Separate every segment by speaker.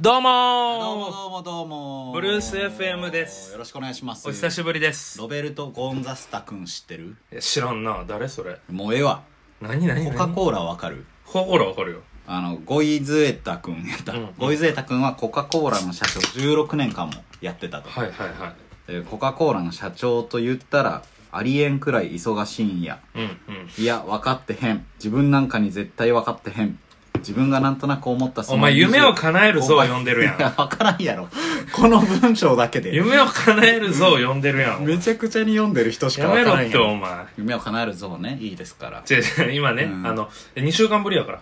Speaker 1: どうも
Speaker 2: どうも
Speaker 1: ー
Speaker 2: どうもどうも
Speaker 1: ブルース FM です
Speaker 2: よろしくお願いします
Speaker 1: お久しぶりです
Speaker 2: ロベルト・ゴンザスタ君知ってる
Speaker 1: いや知らんな誰それ
Speaker 2: もうええわ
Speaker 1: 何何
Speaker 2: コ
Speaker 1: 何
Speaker 2: カ・コーラわかる
Speaker 1: コカ・コーラわかるよ
Speaker 2: あのゴイズエタ君やった、
Speaker 1: うん
Speaker 2: ゴイズエタ君はコカ・コーラの社長16年間もやってたと、
Speaker 1: はいはいは
Speaker 2: でコカ・コーラの社長と言ったらありえんくらい忙しいんや
Speaker 1: いうんうん
Speaker 2: いや分かってへん自分なんかに絶対分かってへん自分がなんとなく思った
Speaker 1: お前夢を叶えるぞを呼んでるや
Speaker 2: いや
Speaker 1: ん
Speaker 2: 分からんやろこの文章だけで
Speaker 1: 夢を叶えるぞを呼んでる やんお前
Speaker 2: めちゃくちゃに読んでる人しか
Speaker 1: や
Speaker 2: 分
Speaker 1: め
Speaker 2: か
Speaker 1: ろ
Speaker 2: らん
Speaker 1: って
Speaker 2: やろ
Speaker 1: お前
Speaker 2: 夢を叶えるぞねいいですから
Speaker 1: 違う違う今ね、
Speaker 2: うん
Speaker 1: あの2週間ぶりやから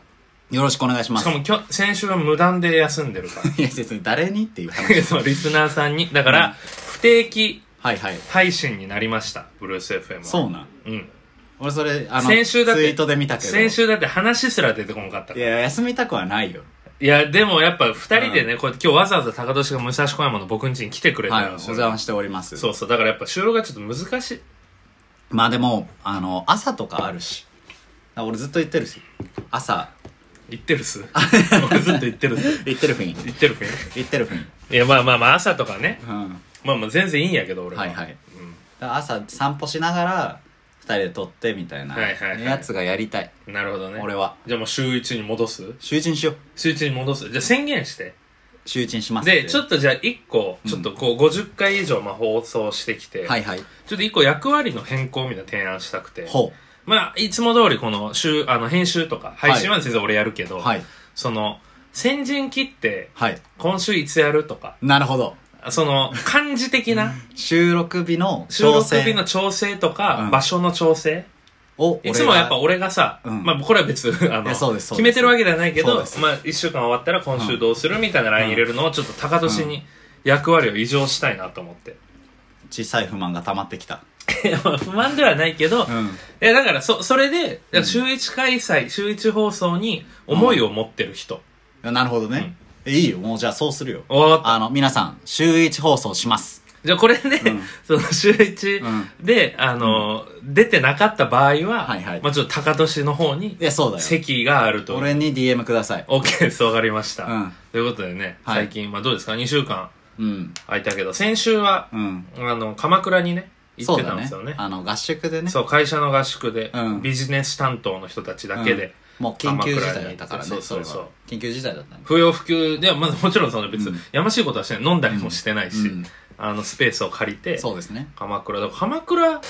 Speaker 2: よろしくお願いしま
Speaker 1: しか
Speaker 2: す
Speaker 1: もきょ先週は無断で休んでるか
Speaker 2: いや別に誰にっていう 話
Speaker 1: ら そうリスナーさんにだから、不定期
Speaker 2: はいはい
Speaker 1: 配信になりましたブルース FM は
Speaker 2: そうなん
Speaker 1: うん
Speaker 2: 俺それあの
Speaker 1: 先週だって
Speaker 2: ツイートで見たけど
Speaker 1: 先週だって話すら出てこなかった
Speaker 2: い
Speaker 1: から
Speaker 2: や休みたくはないよ
Speaker 1: いや、でもやっぱ二人でね、こうやって今日わざわざ高俊が武蔵小山の僕ん家に来てくれ
Speaker 2: はい
Speaker 1: た
Speaker 2: お
Speaker 1: んですよ。
Speaker 2: 邪魔しております
Speaker 1: そうそう。だからやっぱ収録がちょっと難しい。
Speaker 2: まあでもあの朝とかあるしあ俺ずっと言ってるし朝
Speaker 1: 言ってるっ す。俺ずっと言ってるっす。
Speaker 2: 言ってるふん
Speaker 1: 言ってるふん。
Speaker 2: 言ってるふん
Speaker 1: いや、まあまあまあ、朝とかね。
Speaker 2: うん
Speaker 1: まあまあ、全然いいんやけど、俺は。
Speaker 2: はいはい
Speaker 1: うん
Speaker 2: だから朝散歩しながら二人で撮ってみたいな
Speaker 1: はいはいはい
Speaker 2: やつがやりたい
Speaker 1: なるほどね。
Speaker 2: 俺は
Speaker 1: じゃあもう週一に戻す
Speaker 2: 集中しよう
Speaker 1: 週一に戻す。じゃあ宣言して。
Speaker 2: 集中します
Speaker 1: で、ちょ
Speaker 2: と
Speaker 1: っとじゃあ一個、ちょっとこう50回以上まあ放送してきて、
Speaker 2: はいはい
Speaker 1: ちょっと一個役割の変更みたいな提案したくて。
Speaker 2: ほ
Speaker 1: まあ、いつも通りこの週、あの、編集とか、配信は全然俺やるけど、
Speaker 2: うはい
Speaker 1: その、先陣切って、
Speaker 2: はい
Speaker 1: 今週いつやるとか、
Speaker 2: なるほど
Speaker 1: その、漢字的な、
Speaker 2: 収録日の
Speaker 1: 収録
Speaker 2: 調整
Speaker 1: 日の調整とか、
Speaker 2: うん
Speaker 1: 場所の調整。
Speaker 2: を
Speaker 1: いつもやっぱ
Speaker 2: 俺
Speaker 1: 俺がさ、
Speaker 2: うん
Speaker 1: まあこれは 別、あ
Speaker 2: い
Speaker 1: の、
Speaker 2: やそうですそうです
Speaker 1: 決めてるわけではないけ
Speaker 2: そう
Speaker 1: ど
Speaker 2: です、
Speaker 1: まあ一週間終わったら今週どうするみたいなライン入れるのをちょっと高年に役割を異常したいなと思って。
Speaker 2: が小さい不満が溜まってきた
Speaker 1: いやまあ不満ではないけど、
Speaker 2: ん
Speaker 1: いやだからそ、それで、だから週一開催、週一放送に思いを持ってる人。
Speaker 2: なるほどね、いいよもうじゃあそうするよ
Speaker 1: おーっと
Speaker 2: あの皆さん週一放送します
Speaker 1: じゃあこれで、その週一で、あの、出てなかった場合は、
Speaker 2: はいはい
Speaker 1: まあちょっと高年の方に
Speaker 2: いやそうだよ
Speaker 1: 席があると。
Speaker 2: 俺に DM ください
Speaker 1: OK です、わかりました。
Speaker 2: うん
Speaker 1: ということでね、
Speaker 2: はい
Speaker 1: 最近、まあどうですか ?2 週間
Speaker 2: うん
Speaker 1: 空いたけど、先週は、
Speaker 2: うん
Speaker 1: あの、鎌倉にね、行っ
Speaker 2: そう
Speaker 1: てた
Speaker 2: だ
Speaker 1: んで
Speaker 2: ね
Speaker 1: すよね。そう
Speaker 2: あの合宿でね
Speaker 1: 会社の合宿で、
Speaker 2: うん
Speaker 1: ビジネス担当の人たちだけで、
Speaker 2: うんもう緊急事態だったか
Speaker 1: 鎌倉
Speaker 2: らね
Speaker 1: にそうそうそう
Speaker 2: れは緊急事態だったんだ
Speaker 1: 不要不急では、まずもちろんその別、
Speaker 2: うん
Speaker 1: やましいことはしてない。飲んだりもしてないし、
Speaker 2: うん
Speaker 1: あの、スペースを借りて、
Speaker 2: そうですね
Speaker 1: 鎌倉。だから鎌倉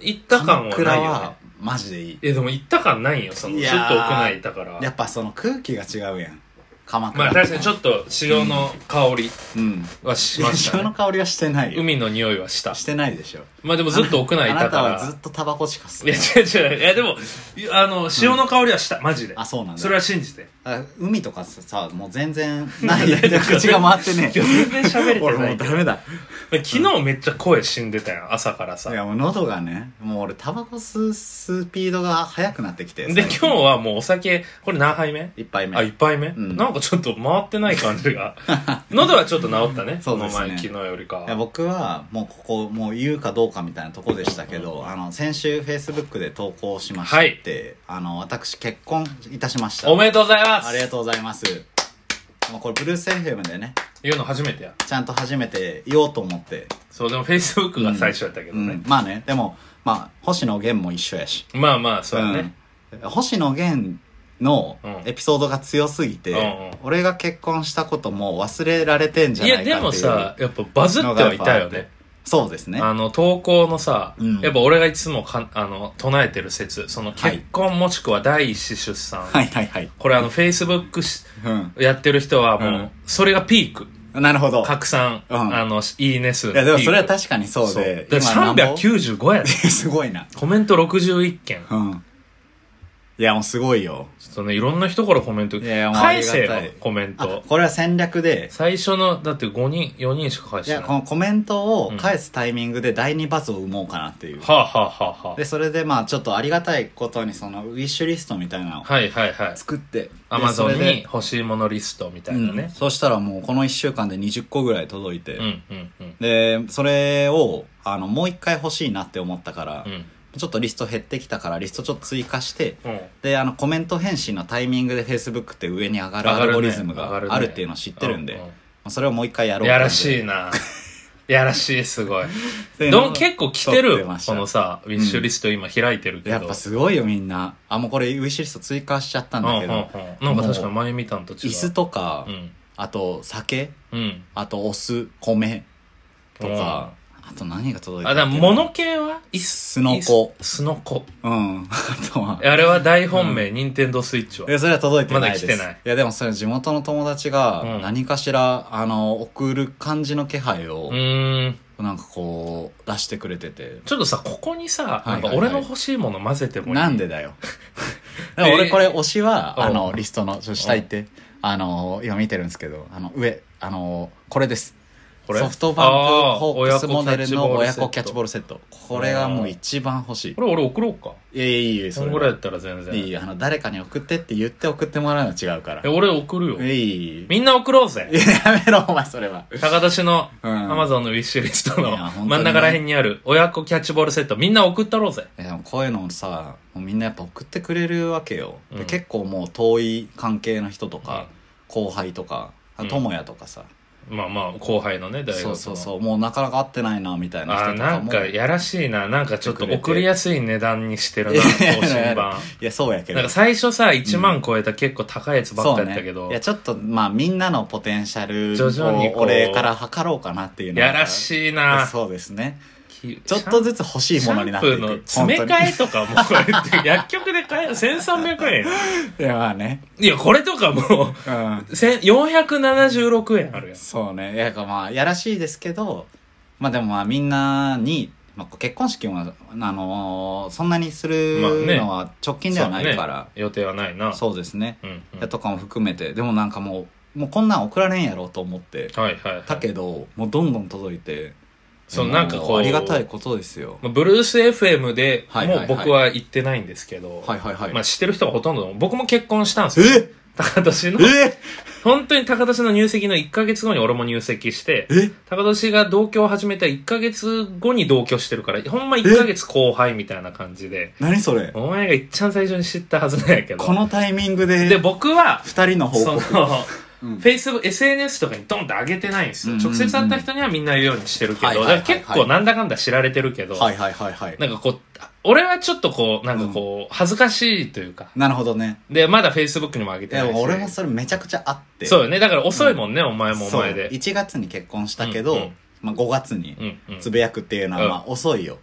Speaker 1: 行った感はな
Speaker 2: 鎌
Speaker 1: い
Speaker 2: 倉
Speaker 1: よね
Speaker 2: は。マジでいい
Speaker 1: え、でも行った感ないよ、その、
Speaker 2: い
Speaker 1: ずっ
Speaker 2: や
Speaker 1: と
Speaker 2: ー
Speaker 1: 屋内いたから。
Speaker 2: やっぱその空気が違うやん鎌倉
Speaker 1: まあ確かにち
Speaker 2: ょっ
Speaker 1: ょっと潮の香り
Speaker 2: とうん
Speaker 1: はしまし
Speaker 2: 潮
Speaker 1: た
Speaker 2: の
Speaker 1: ね。
Speaker 2: 香りはしてないよ
Speaker 1: 海の匂いはした
Speaker 2: し。てないでしょ
Speaker 1: まあでもずっと屋内い
Speaker 2: あ
Speaker 1: た
Speaker 2: なた
Speaker 1: か
Speaker 2: はず
Speaker 1: ら
Speaker 2: っ。とタバコしか吸っ
Speaker 1: いや
Speaker 2: て
Speaker 1: 違う違う。いやでも、いあの、潮の香りはした。マジで。
Speaker 2: あそうなんだ
Speaker 1: それは信じて。
Speaker 2: ないあ海とかさもう全然 ないやん口が回ってねえ
Speaker 1: 今日全然喋れて
Speaker 2: 俺
Speaker 1: な
Speaker 2: も
Speaker 1: いうけ
Speaker 2: ダ
Speaker 1: ど。
Speaker 2: メだ
Speaker 1: 昨日めっちゃ声死んでたよ、朝からさ
Speaker 2: い。やもう喉がねもう俺タバコ吸うスピードが速くなってきて
Speaker 1: で、今日はもうお酒、これ何杯目
Speaker 2: 1杯目
Speaker 1: あ、一杯目、
Speaker 2: ん
Speaker 1: なんかちょっと回ってない感じ が。喉はちょっと治ったね。そ
Speaker 2: そ
Speaker 1: う
Speaker 2: で
Speaker 1: の
Speaker 2: すね
Speaker 1: 前、昨日よりか
Speaker 2: いや
Speaker 1: は。
Speaker 2: 僕はもうここもう言うかどうかみたいなとこでしたけど、あの先週フェイスブックで投稿しまして、
Speaker 1: はい
Speaker 2: あの私結婚いたしました
Speaker 1: おめでとうございます
Speaker 2: ありがとうございますもうこれブルース FM でね
Speaker 1: 言うの初めてや。
Speaker 2: ちゃんと初めて言おうと思って、
Speaker 1: そう、でも Facebook が最初やったけど
Speaker 2: う
Speaker 1: ね
Speaker 2: ん。まあねでもまあ星野源も一緒やし
Speaker 1: まあまあ、そうやね。
Speaker 2: うん星野源の
Speaker 1: うん
Speaker 2: エピソードが強すぎて、
Speaker 1: うんうん
Speaker 2: 俺が結婚したことも忘れられてんじゃ
Speaker 1: い
Speaker 2: ないか
Speaker 1: や、で
Speaker 2: っていう
Speaker 1: もさ、やっぱバズってはいたよ
Speaker 2: のがやっ
Speaker 1: ね。
Speaker 2: そうですね
Speaker 1: あの、投稿のさ、
Speaker 2: うん
Speaker 1: やっぱ俺がいつもか、あの、唱えてる説、その
Speaker 2: はい
Speaker 1: 結婚もしくは第一子出産。
Speaker 2: はいはいはい、
Speaker 1: これあの、Facebook し
Speaker 2: うん
Speaker 1: やってる人はもう、
Speaker 2: うん
Speaker 1: それがピーク。
Speaker 2: なるほど
Speaker 1: 拡散、
Speaker 2: うん
Speaker 1: あの、いいね数の
Speaker 2: いやでも
Speaker 1: ピーク
Speaker 2: それは確かにそうで
Speaker 1: だ
Speaker 2: 今
Speaker 1: から
Speaker 2: なんぼ
Speaker 1: 395やで
Speaker 2: すごいな
Speaker 1: コメント61件ちょ
Speaker 2: うんいやもうすごいよ
Speaker 1: っとねいろんな人からコメント
Speaker 2: いやもうあり
Speaker 1: 返
Speaker 2: が
Speaker 1: せよ
Speaker 2: たい
Speaker 1: コメン
Speaker 2: あ
Speaker 1: ト
Speaker 2: これは戦略で
Speaker 1: 最初のだって5人4人しか返し
Speaker 2: い
Speaker 1: てな
Speaker 2: や
Speaker 1: い
Speaker 2: こ
Speaker 1: は
Speaker 2: のコメントを返すタイミングで第2バズを生もうかなっていう、
Speaker 1: あ、はあはあはあ
Speaker 2: で、それでまあちょっとありがたいことにそのウィッシュリストみたいなのを
Speaker 1: はいはいはい
Speaker 2: 作って
Speaker 1: アマゾン
Speaker 2: でそれ
Speaker 1: に
Speaker 2: で
Speaker 1: 欲しいものリストみたいな
Speaker 2: うん
Speaker 1: ね
Speaker 2: そしたらもうこの1週間で20個ぐらい届いて、
Speaker 1: うんうんうん
Speaker 2: でそれをあのもう一回欲しいなって思ったから、
Speaker 1: うん
Speaker 2: ちょっとリスト減ってきたからリストちょっと追加して、
Speaker 1: うん
Speaker 2: であのコメント返信のタイミングで Facebook って上に上がるアルゴリズムがあるっていうのを知ってるんで、
Speaker 1: う
Speaker 2: まあそれをもう一回やろう
Speaker 1: やらし
Speaker 2: い
Speaker 1: いなやらしいすごいどん結構来てるこのさウィッシュリスト今開いてるけど、
Speaker 2: やっぱすごいよみんなあもうこれウィッシュリスト追加しちゃったんだけど、
Speaker 1: うんうんうん、なんか確かに前見たんと違う
Speaker 2: 椅子とか、
Speaker 1: うん
Speaker 2: あと酒
Speaker 1: うん
Speaker 2: あとお酢米とか、あと何が届いて
Speaker 1: あだから物系は椅子
Speaker 2: すのこ
Speaker 1: 椅子すのこ
Speaker 2: うんあとは
Speaker 1: あれは大本命、任天堂スイッチは。
Speaker 2: えそれは届いてないです
Speaker 1: まだ来てない
Speaker 2: やでもそれ地元の友達
Speaker 1: う
Speaker 2: が
Speaker 1: ん
Speaker 2: 何かしら、あの送る感じの気配
Speaker 1: う
Speaker 2: を
Speaker 1: ーん。
Speaker 2: なんかこう出してくれてて、
Speaker 1: ちょっとさ、ここにさ、
Speaker 2: いは
Speaker 1: ないん
Speaker 2: は
Speaker 1: か
Speaker 2: い
Speaker 1: 俺の欲しいもの混ぜてもいい
Speaker 2: なんで だよでも俺これ推しは、
Speaker 1: えー
Speaker 2: あ
Speaker 1: お
Speaker 2: の
Speaker 1: う
Speaker 2: リストのちょ下行ってあの今見てるんですけどあの上あのこれです
Speaker 1: これ
Speaker 2: ソフトバン
Speaker 1: あー
Speaker 2: クホークスモデルの親
Speaker 1: 親
Speaker 2: 子
Speaker 1: 子
Speaker 2: キ
Speaker 1: キャ
Speaker 2: ャッ
Speaker 1: ッ
Speaker 2: チ
Speaker 1: チボ
Speaker 2: ボー
Speaker 1: ー
Speaker 2: ル
Speaker 1: ル
Speaker 2: セットこれがもう一番欲しい
Speaker 1: これ俺送ろうか。
Speaker 2: いやいやいや
Speaker 1: そ
Speaker 2: そ
Speaker 1: ん
Speaker 2: れ
Speaker 1: ぐらいだ
Speaker 2: は
Speaker 1: ったら全然。
Speaker 2: いいあの誰かに送ってって言って送ってもらうのは違うから
Speaker 1: え俺送るよ。
Speaker 2: いい
Speaker 1: みんな送ろうぜ
Speaker 2: い。ややめろお前それは
Speaker 1: 高田氏の
Speaker 2: うん
Speaker 1: アマゾンのウィッシュリスト
Speaker 2: い
Speaker 1: の
Speaker 2: や本当にね
Speaker 1: 真ん中ら辺にある親子キャッチボールセットみんな送ったろうぜ。
Speaker 2: いやでもこういうのをさもうみんなやっぱ送ってくれるわけよ、で
Speaker 1: うん
Speaker 2: 結構もう遠い関係の人とか、後輩とかあ
Speaker 1: うん
Speaker 2: 友也とかさ、
Speaker 1: まあまあ、後輩のね、大学
Speaker 2: そ
Speaker 1: の。
Speaker 2: うそうそうもうなかなか会ってないなみたいな
Speaker 1: あ
Speaker 2: 人
Speaker 1: ー
Speaker 2: と
Speaker 1: な
Speaker 2: か
Speaker 1: ん
Speaker 2: も
Speaker 1: かやらしいな。なんかちょっと送りやすい値段にしてる
Speaker 2: い
Speaker 1: な、
Speaker 2: や
Speaker 1: 更
Speaker 2: いやいや
Speaker 1: 新
Speaker 2: いや
Speaker 1: 版。
Speaker 2: いやそうやけど
Speaker 1: なんか最初さ、1万超えた結構高いやつばっかやったけ
Speaker 2: そう
Speaker 1: ど、
Speaker 2: ねいやちょっとまあみんなのポテンシャ
Speaker 1: 徐々に
Speaker 2: ルを
Speaker 1: こう
Speaker 2: 俺から測ろうかなっていうのが
Speaker 1: やらしいな
Speaker 2: そうですね
Speaker 1: き
Speaker 2: ちょっと
Speaker 1: シ
Speaker 2: ずつ欲しいものにな
Speaker 1: ャンプ
Speaker 2: ってい
Speaker 1: ー
Speaker 2: く
Speaker 1: の詰め替えとかもこれって薬局で買え1300円
Speaker 2: 本当にいやまあね
Speaker 1: いやこれとかもう
Speaker 2: うん
Speaker 1: せん476円あるやん
Speaker 2: そうね。いや、まあ、やらしいですけど、まあでもまあみんなに、まあ、結婚式も、あのーそんなにする
Speaker 1: まあね
Speaker 2: のは直近ではないから、
Speaker 1: そうね予定はないな
Speaker 2: そうですね。
Speaker 1: うんうん、
Speaker 2: やとかも含めて、でもなんかもう、もうこんなん送られんやろと思って、
Speaker 1: はいはい、はい、
Speaker 2: だけど、もうどんどん届いて、
Speaker 1: そう
Speaker 2: も
Speaker 1: なんかこう
Speaker 2: ありがたいことですよ。
Speaker 1: まあブルース FM で
Speaker 2: はいはい
Speaker 1: もう
Speaker 2: はい
Speaker 1: 僕は行ってないんですけど、
Speaker 2: はいはいはい。
Speaker 1: まあ、知ってる人がほとんど僕も結婚したんですよ
Speaker 2: え
Speaker 1: 高年の
Speaker 2: え
Speaker 1: 本当に高年の入籍の1ヶ月後に俺も入籍して
Speaker 2: え
Speaker 1: 高年が同居を始めた1ヶ月後に同居してるから、ほんま1ヶ月後輩みたいな感じで、
Speaker 2: 何それ
Speaker 1: お前がいっちゃん最初に知ったはずなんやけど。
Speaker 2: このタイミング
Speaker 1: で、
Speaker 2: で、
Speaker 1: 僕は、
Speaker 2: 二人の報
Speaker 1: そ
Speaker 2: 告
Speaker 1: の、。
Speaker 2: うん、
Speaker 1: Facebook、SNS とかにドンって上げてないんですよ。
Speaker 2: うんうんうん
Speaker 1: 直接会った人にはみんな言うようにしてるけ
Speaker 2: はい
Speaker 1: ど、
Speaker 2: は
Speaker 1: だ
Speaker 2: い
Speaker 1: か
Speaker 2: はいは
Speaker 1: ら
Speaker 2: い
Speaker 1: 結構なんだかんだ知られてるけど、
Speaker 2: はいはいはいはい。
Speaker 1: なんかこう、俺はちょっとこう、なんかこう、恥ずかしいというか、
Speaker 2: なるほどね。
Speaker 1: で、まだ Facebook にも上げて
Speaker 2: いや
Speaker 1: ないし。
Speaker 2: 俺もそれめちゃくちゃあって。
Speaker 1: そうよね。だから遅いもんね、お前もお前で。
Speaker 2: 1月に結婚したけど、
Speaker 1: うんうん
Speaker 2: まあ、5月に
Speaker 1: うんうん
Speaker 2: つぶやくっていうの
Speaker 1: う
Speaker 2: は
Speaker 1: ん
Speaker 2: まあ遅いよ、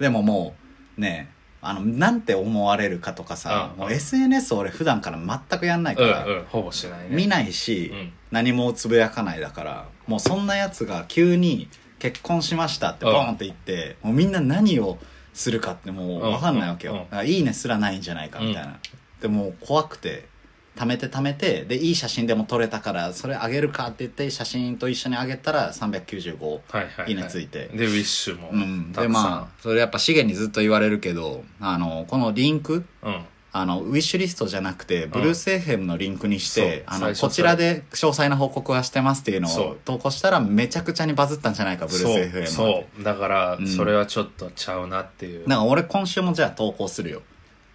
Speaker 2: でももうねあのなんて思われるかとかさ、
Speaker 1: うん
Speaker 2: もう SNS 俺普段から全くやんないか
Speaker 1: うん
Speaker 2: ら、
Speaker 1: うん、ほぼしてないね。
Speaker 2: 見ないし、
Speaker 1: うん
Speaker 2: 何もつぶやかないだからもうそんなやつが急に「結婚しました」って
Speaker 1: うん
Speaker 2: ボーンって言って、もうみんな何をするかってもう分かんないわけよ、
Speaker 1: うんうんうん
Speaker 2: だからいいねすらないんじゃないかみたいな、でもう怖くて貯めて貯めてでいい写真でも撮れたからそれあげるかって言って写真と一緒にあげたら395
Speaker 1: はいはい、はい。
Speaker 2: いいねついて
Speaker 1: で、ウィッシュも。
Speaker 2: うん
Speaker 1: たく
Speaker 2: で
Speaker 1: さん
Speaker 2: まあそれやっぱ資源にずっと言われるけどあのこのリンク
Speaker 1: うん。
Speaker 2: あのウィッシュリストじゃなくてブルース FM のリンクにし
Speaker 1: そう
Speaker 2: て、あ
Speaker 1: 最
Speaker 2: の
Speaker 1: 初そ
Speaker 2: こ
Speaker 1: れ
Speaker 2: ちらで詳細な報告はしてますっていうの
Speaker 1: そ
Speaker 2: を
Speaker 1: う
Speaker 2: 投稿したらめちゃくちゃにバズったんじゃないかブルース FM は
Speaker 1: そうそうだから、
Speaker 2: うん
Speaker 1: それはちょっとちゃうなっていう
Speaker 2: なんか俺今週もじゃあ投稿するよ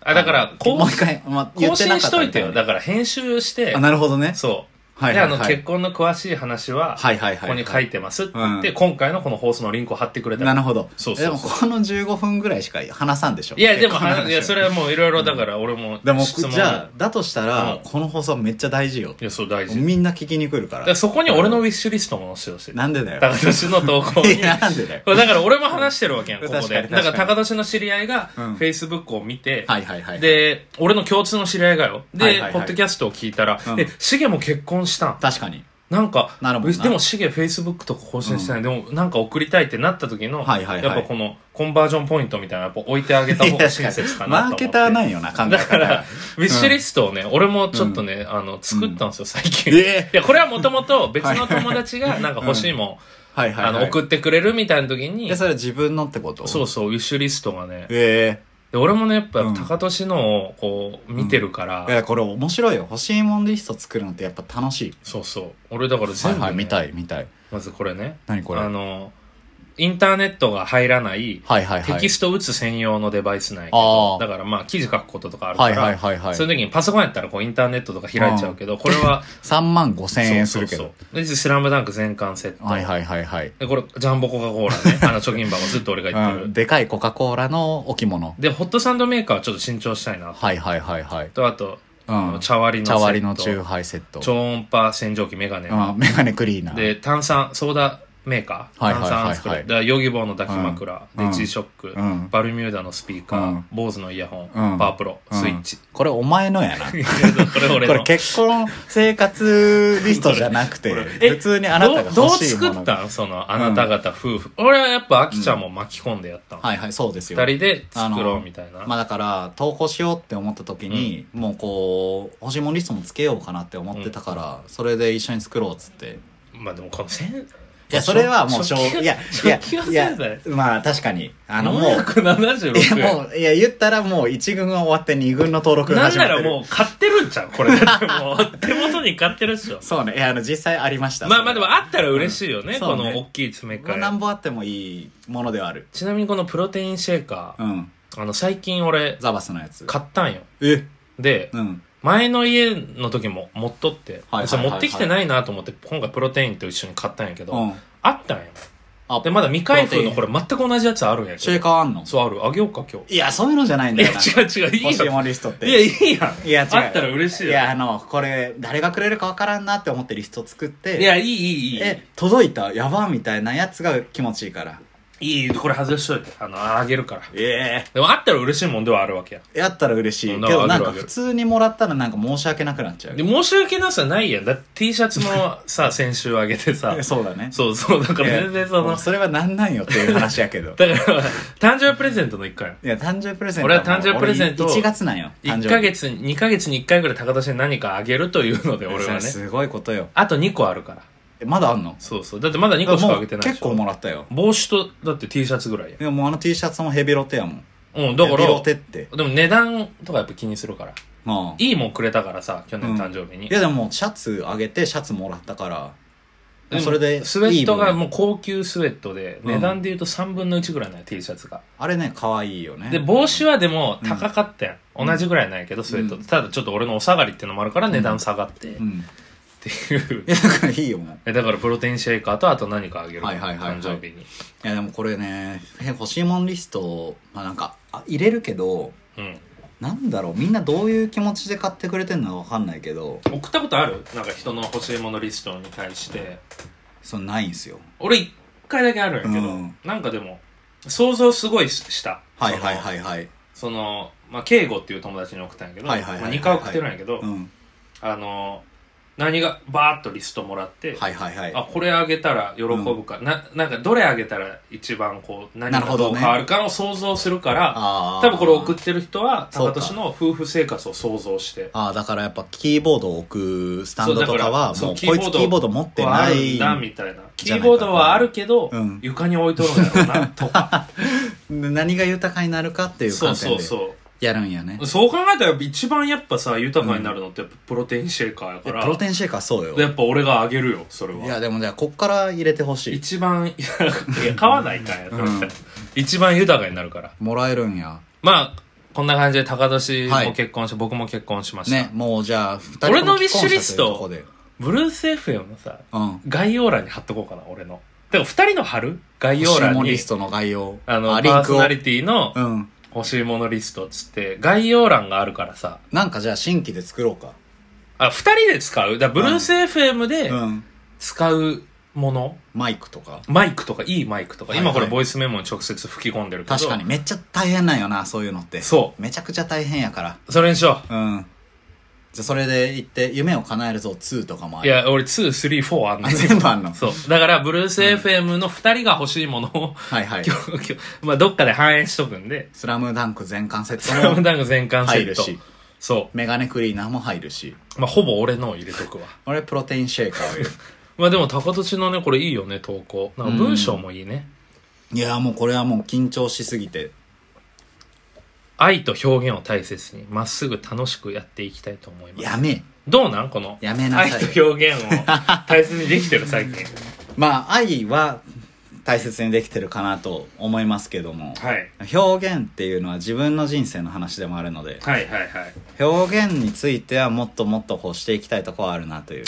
Speaker 1: あだから
Speaker 2: あの
Speaker 1: こう
Speaker 2: もう一回、まあ、言
Speaker 1: 更
Speaker 2: って
Speaker 1: 新
Speaker 2: なか
Speaker 1: し
Speaker 2: った
Speaker 1: と
Speaker 2: み
Speaker 1: い
Speaker 2: た
Speaker 1: て
Speaker 2: いな
Speaker 1: よだから編集して
Speaker 2: あなるほどね
Speaker 1: そう、
Speaker 2: はいはい
Speaker 1: であの
Speaker 2: はい
Speaker 1: 結婚の詳しい話は、
Speaker 2: はいはい
Speaker 1: こ
Speaker 2: はい
Speaker 1: こに書いてますって言って、
Speaker 2: うん
Speaker 1: 今回のこの放送のリンクを貼ってくれた
Speaker 2: なるほど
Speaker 1: そうそうそう
Speaker 2: でもこの15分ぐらいしか話さんでしょ
Speaker 1: いやでも
Speaker 2: 結婚の話
Speaker 1: いやそれはもういろいろだから俺も
Speaker 2: でも
Speaker 1: 質問
Speaker 2: じゃあだとしたら、
Speaker 1: うん
Speaker 2: この放送めっちゃ大事よ
Speaker 1: いやそう大事だ
Speaker 2: みんな聞きに来るから
Speaker 1: からそこに俺のウィッシュリストも載せてほしい
Speaker 2: なんでだよ
Speaker 1: 高年の投稿に
Speaker 2: いやなんでだよ
Speaker 1: これだから俺も話してるわけやんこ
Speaker 2: 確
Speaker 1: こ
Speaker 2: かに
Speaker 1: で
Speaker 2: 確か
Speaker 1: だ
Speaker 2: に
Speaker 1: から高年の知り合いが
Speaker 2: うん
Speaker 1: Facebook を見て、
Speaker 2: はいはいはい
Speaker 1: で、俺の共通の知り合いがよ。で、
Speaker 2: はいはいはい
Speaker 1: ポッドキャストを聞いたら、
Speaker 2: うん
Speaker 1: え、シゲも結婚したん
Speaker 2: 確かに
Speaker 1: なんか、
Speaker 2: なるもんな
Speaker 1: でもシゲ Facebook とか更新してない、でもなんか送りたいってなった時の、
Speaker 2: はいはいはい
Speaker 1: やっぱこのコンバージョンポイントみたいな、やっぱ置いてあげた方が親切かなと思
Speaker 2: マー
Speaker 1: って。
Speaker 2: ケターないよな、考え
Speaker 1: だか
Speaker 2: 方
Speaker 1: ら
Speaker 2: が。、
Speaker 1: ウィッシュリストをね、俺もちょっとね、あの、作ったんですよ、最近。い
Speaker 2: え
Speaker 1: や、これはもともと別の友達がなんか欲しいもん、
Speaker 2: はいはい、
Speaker 1: あ
Speaker 2: はい。
Speaker 1: の、送ってくれるみたいな時に
Speaker 2: え、、それは自分のってこと。
Speaker 1: そううそう、ウィッシュリストがね、
Speaker 2: え
Speaker 1: で俺もね、やっ
Speaker 2: う
Speaker 1: ぱ、
Speaker 2: ん
Speaker 1: 高年のをこう、見てるから、
Speaker 2: えいや、これ面白いよ。欲しいもんリスト作るのってやっぱ楽しい。
Speaker 1: そうそう。俺だから全部、ね
Speaker 2: はいはい、見たい、見たい。
Speaker 1: まずこれね。
Speaker 2: 何これ
Speaker 1: あの、インターネットが入らない、
Speaker 2: はいはいはい。
Speaker 1: テキスト打つ専用のデバイスないけ
Speaker 2: あ
Speaker 1: ど
Speaker 2: ー、
Speaker 1: だからまあ記事書くこととかあるか
Speaker 2: はい
Speaker 1: ら、
Speaker 2: はいはいはい。
Speaker 1: その時にパソコンやったらこうインターネットとか開いちゃうけど、これは、
Speaker 2: 3万5千円するけ
Speaker 1: そう
Speaker 2: ど。
Speaker 1: そうそうでスラムダンク全巻セット。
Speaker 2: はいはいはいはい。
Speaker 1: で、これ、ジャンボコカ・コーラね。あの、貯金箱ずっと俺が言ってる。
Speaker 2: うんでかいコカ・コーラの置物。
Speaker 1: で、ホットサンドメーカーはちょっと慎重したいなと。
Speaker 2: はいはいはいはい。
Speaker 1: と、あと、
Speaker 2: う
Speaker 1: あ
Speaker 2: ん
Speaker 1: の。茶割りのセッ
Speaker 2: 茶
Speaker 1: ト。
Speaker 2: 割りのチューハイセット。
Speaker 1: 超音波洗浄機メガネ。
Speaker 2: うん、メガネクリーナー。
Speaker 1: で、炭酸、ソーダメーカー。
Speaker 2: はいはいはいはい
Speaker 1: 炭酸作る。だからヨギボーの抱き枕。
Speaker 2: うん
Speaker 1: で、G ショック、
Speaker 2: うん
Speaker 1: バルミューダのスピーカー。
Speaker 2: うん
Speaker 1: 坊主のイヤホン。
Speaker 2: うん
Speaker 1: パワープロ。
Speaker 2: うん
Speaker 1: スイッチ。
Speaker 2: これお前のやな。こ
Speaker 1: これ俺の。
Speaker 2: れ結婚生活リストじゃなく て、
Speaker 1: え
Speaker 2: 普通にあなたが
Speaker 1: どうどう
Speaker 2: 欲しいもの
Speaker 1: 作ったんその、あなた方夫婦。俺はやっぱ、アキちゃんも巻き込んでやったの。
Speaker 2: はいはい、そうですよ。
Speaker 1: 二人で
Speaker 2: あの
Speaker 1: 作ろうみたいな。
Speaker 2: まあだから、投稿しようって思った時に、もうこう、欲しいものリストもつけようかなって思ってたから、それで一緒に作ろうっつって。
Speaker 1: まあでもこのせん
Speaker 2: いや、それはもう、しょう
Speaker 1: 初級
Speaker 2: いや、いや
Speaker 1: 初級、
Speaker 2: いや
Speaker 1: 制裁、
Speaker 2: まあ確かに、あのもう、いや
Speaker 1: 776円
Speaker 2: もう、いや、言ったらもう1軍が終わって2軍の登録が
Speaker 1: なん
Speaker 2: 始ま
Speaker 1: な
Speaker 2: ってる。
Speaker 1: らもう買ってるんちゃう これだってもう手元に買ってるっしょ
Speaker 2: そうね、いや、あの、実際ありました。
Speaker 1: まあまあでもあったら嬉しいよね、
Speaker 2: うんそ
Speaker 1: こ
Speaker 2: うね
Speaker 1: の大きい詰め
Speaker 2: これ
Speaker 1: 替え、
Speaker 2: なんぼあってもいいものではある。
Speaker 1: ちなみにこのプロテインシェーカー、
Speaker 2: うん。
Speaker 1: あの最近俺
Speaker 2: ザバスのやつ。
Speaker 1: 買ったんよ
Speaker 2: え
Speaker 1: で、
Speaker 2: うん。
Speaker 1: 前の家の時も持っとって、
Speaker 2: はいはいはいはい
Speaker 1: それ持ってきてないなと思って今回プロテインと一緒に買ったんやけど、
Speaker 2: うん。
Speaker 1: あったんよ
Speaker 2: あ
Speaker 1: でまだ未開封の
Speaker 2: プ
Speaker 1: こ
Speaker 2: ロ
Speaker 1: れ全く同じやつあるんや
Speaker 2: シェ
Speaker 1: け
Speaker 2: ー
Speaker 1: ど
Speaker 2: カーあんの
Speaker 1: そうあるあげようか今日
Speaker 2: いや、そういうのじゃないんだ
Speaker 1: い
Speaker 2: よ
Speaker 1: や
Speaker 2: な。
Speaker 1: 違う違うい
Speaker 2: 欲
Speaker 1: い
Speaker 2: しい
Speaker 1: よ
Speaker 2: ものリストって。
Speaker 1: いやいいやん
Speaker 2: いや違う。
Speaker 1: あったら嬉しいよ
Speaker 2: いや、あの、これ、誰がくれるかわからんなって思ってリスト作って。
Speaker 1: いや、いい、いい、いい。
Speaker 2: え、届いたやばみたいなやつが気持ちいいから。
Speaker 1: いい、これ外しといて。あの、あげるから。
Speaker 2: ええ
Speaker 1: でも、あったら嬉しいもんではあるわけや。
Speaker 2: やったら嬉し
Speaker 1: う
Speaker 2: い。
Speaker 1: ん
Speaker 2: けど
Speaker 1: な
Speaker 2: なんん
Speaker 1: かあげる
Speaker 2: か
Speaker 1: あげる
Speaker 2: 普通にもらったらなんか申し訳なくなっちゃう
Speaker 1: で、。申し訳なさないやん。だって T シャツ もさ、先週あげてさ
Speaker 2: え。 そうだね。
Speaker 1: そうそう、だから全然そ
Speaker 2: い
Speaker 1: の
Speaker 2: や、それはなんなんよっていう話やけど。
Speaker 1: だから、誕生日プレゼントの一回やん。
Speaker 2: いや、誕生日プレゼント。
Speaker 1: 俺は誕生日プレゼントを
Speaker 2: 1月なんよ。誕
Speaker 1: 1
Speaker 2: 生日
Speaker 1: ヶ月に、2ヶ月に1回ぐらい高田氏に何かあげるというので、俺はね。
Speaker 2: すごいことよ。
Speaker 1: あと2個あるから。
Speaker 2: えまだあんの
Speaker 1: そうそう。だってまだ2個しかあげてないで
Speaker 2: 結
Speaker 1: しょ
Speaker 2: 構もらったよ。
Speaker 1: 帽子と、だって T シャツぐらいや
Speaker 2: でももうあの T シャツもヘビロテやもん。
Speaker 1: ん。うん、だか
Speaker 2: ヘビロ
Speaker 1: ら、
Speaker 2: テ
Speaker 1: で
Speaker 2: って。
Speaker 1: も値段とかやっぱ気にするから。
Speaker 2: まあ。い
Speaker 1: いいもんくれたからさ、去年誕生日に。
Speaker 2: やでもシャツあげてシャツもらったから、
Speaker 1: でも
Speaker 2: それで
Speaker 1: スウェット
Speaker 2: いい
Speaker 1: が
Speaker 2: 分
Speaker 1: もう高級スウェットで、
Speaker 2: うん
Speaker 1: 値段で言うと3分の1ぐらいなの T シャツが
Speaker 2: あれね、可愛いよね。
Speaker 1: で帽子
Speaker 2: は、
Speaker 1: はでも高かったやん、
Speaker 2: うん
Speaker 1: 同じぐらいないけどスウェット、
Speaker 2: うん
Speaker 1: ただちょっと俺のお下がりってのもあるから値段下がって、
Speaker 2: う
Speaker 1: っ
Speaker 2: ん。
Speaker 1: ていう
Speaker 2: いや、だからいいよ、もう。
Speaker 1: えだからプロテインシェイカーとあと何かあげる、
Speaker 2: はいはいはいはい
Speaker 1: 誕生日に
Speaker 2: いやでもこれね、え欲しいもんリスト、まあなんか、あ入れるけど、
Speaker 1: うん
Speaker 2: なんだろう、みんなどういう気持ちで買ってくれてんのかわかんないけど、
Speaker 1: 送ったことあるなんか人の欲しいものリストに対して
Speaker 2: そのないんすよ。
Speaker 1: 俺1回だけあるんやけど、
Speaker 2: うん
Speaker 1: なんかでも想像すごいした
Speaker 2: はいはい
Speaker 1: い
Speaker 2: はいはい。
Speaker 1: その、まあ、敬語っていう友達に送ったんやけど、
Speaker 2: はいはいはいはいはい
Speaker 1: 2回送ってるんやけど、
Speaker 2: うん。
Speaker 1: あの何がバーッとリストもらって、
Speaker 2: はいはいはい。
Speaker 1: あこれあげたら喜ぶか、ななんかどれあげたら一番こう何
Speaker 2: なる
Speaker 1: が
Speaker 2: ほど
Speaker 1: どう
Speaker 2: ね
Speaker 1: 変わるかを想像するから、
Speaker 2: あー
Speaker 1: 多分これ送ってる人は
Speaker 2: そう
Speaker 1: 高
Speaker 2: か
Speaker 1: 年の夫婦生活を想像して
Speaker 2: ああ、だからやっぱキーボードを置くスタンドとかは、
Speaker 1: そう
Speaker 2: もうこいつ
Speaker 1: だか
Speaker 2: キ
Speaker 1: らそう
Speaker 2: ーボード持ってな
Speaker 1: ある
Speaker 2: い
Speaker 1: ん。だみたいなキ
Speaker 2: じゃ
Speaker 1: ー
Speaker 2: ないか
Speaker 1: ボードはあるけど、
Speaker 2: うん
Speaker 1: 床に置いとるんだろうなと か
Speaker 2: 何が豊かになるかっていう
Speaker 1: そう
Speaker 2: 観
Speaker 1: そ
Speaker 2: 点
Speaker 1: う
Speaker 2: で
Speaker 1: そ
Speaker 2: やるんやね
Speaker 1: う。そう考えたら一番やっぱさ豊かになるのってやっぱプロテインシェイカーやか
Speaker 2: えプ
Speaker 1: ら、
Speaker 2: ロテインシェイカーそうよ。
Speaker 1: やっぱ俺があげるよそれはい
Speaker 2: や、でもじゃあこっから入れてほしい。
Speaker 1: 一番 いやいや買わないからやそれ
Speaker 2: うん
Speaker 1: 一番豊かになるから
Speaker 2: もらえるんや。
Speaker 1: まあこんな感じで高年
Speaker 2: は
Speaker 1: も
Speaker 2: い
Speaker 1: 結婚して、僕も結婚しました、
Speaker 2: ね、もうじゃあ、二人とも
Speaker 1: 俺の
Speaker 2: 既婚者
Speaker 1: ウィッシュリスト
Speaker 2: というとこで
Speaker 1: ブルース FM のさ
Speaker 2: うん。
Speaker 1: 概要欄に貼っとこうかな俺のでも二人の貼る概要
Speaker 2: 欲しい
Speaker 1: 欄
Speaker 2: もん
Speaker 1: に
Speaker 2: リストの概要。
Speaker 1: あの
Speaker 2: リ
Speaker 1: パ
Speaker 2: ン
Speaker 1: ーソ
Speaker 2: クを
Speaker 1: ナ。リティの
Speaker 2: うん。
Speaker 1: 欲しいものリストっつって概要欄があるからさ
Speaker 2: なんかじゃあ新規で作ろうか。
Speaker 1: あ二人で使うだからブルース FM で
Speaker 2: うん。
Speaker 1: 使うもの、
Speaker 2: マイクとか。
Speaker 1: マイクとかいいマイクとか、
Speaker 2: はいはい
Speaker 1: 今これボイスメモに直接吹き込んでるけど
Speaker 2: 確かにめっちゃ大変なんよな、そういうのって。。
Speaker 1: そう
Speaker 2: めちゃくちゃ大変やから。
Speaker 1: それにしよう
Speaker 2: うん。じゃあそれで行って、夢を叶えるぞ2とかもあ
Speaker 1: い
Speaker 2: る。
Speaker 1: や、俺、2、3、4あんの。
Speaker 2: あ全部あんの
Speaker 1: そう。だから、ブルース FM の2人が欲しいものを、
Speaker 2: はいはい。
Speaker 1: 今日、今日、まあ、どっかで反映しとくんで、
Speaker 2: スラムダンク全巻セ
Speaker 1: スラ
Speaker 2: ット
Speaker 1: ム
Speaker 2: も
Speaker 1: ダンク全巻セ
Speaker 2: 入
Speaker 1: ッ
Speaker 2: る
Speaker 1: ト。
Speaker 2: し、
Speaker 1: そ
Speaker 2: メガネクリーナーも入るし、
Speaker 1: う。まあ、ほぼ俺のを入れとくわ。
Speaker 2: 俺プロテインシェイカーを入れる
Speaker 1: まあ、でも、高年のね、これいいよね、投稿。なんか文章もいいね。
Speaker 2: いやーもうこれはもう緊張しすぎて。
Speaker 1: 愛と表現を大切に、まっすぐ楽しくやっていきたいと思います。
Speaker 2: やめ
Speaker 1: どうなんこの。
Speaker 2: やめなさい
Speaker 1: 愛と表現を大切にできてる、最近。
Speaker 2: まあ愛は大切にできてるかなと思いますけども、
Speaker 1: はい。
Speaker 2: 表現っていうのは自分の人生の話でもあるので
Speaker 1: はいはいはい。
Speaker 2: 表現についてはもっともっとこうしていきたいとこはあるなという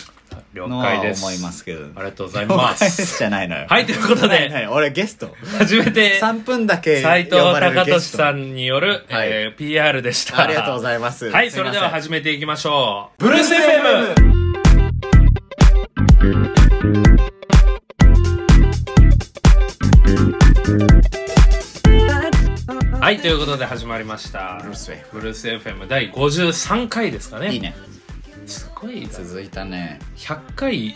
Speaker 1: 了
Speaker 2: の
Speaker 1: 解
Speaker 2: は
Speaker 1: です。
Speaker 2: 思いますけど
Speaker 1: ありがとうござい
Speaker 2: 了
Speaker 1: ま
Speaker 2: 解です
Speaker 1: す。
Speaker 2: じゃないのよ
Speaker 1: はい、ということ
Speaker 2: はいは
Speaker 1: で、
Speaker 2: い俺ゲスト
Speaker 1: 初めて、
Speaker 2: 3分だけ
Speaker 1: 斎藤
Speaker 2: 呼ばれる
Speaker 1: 隆
Speaker 2: ゲ
Speaker 1: 俊
Speaker 2: スト
Speaker 1: さんによる、
Speaker 2: はい
Speaker 1: えー PR でした。
Speaker 2: ありがとうございます
Speaker 1: はい、それでは
Speaker 2: すいま
Speaker 1: 始めていきましょう。ブルース FM! はい、ということで始まりました。
Speaker 2: ブルース FM
Speaker 1: ブルース FM 第53回ですか
Speaker 2: せん
Speaker 1: ね。
Speaker 2: いいね
Speaker 1: すごいな。
Speaker 2: 続いたね
Speaker 1: 100回、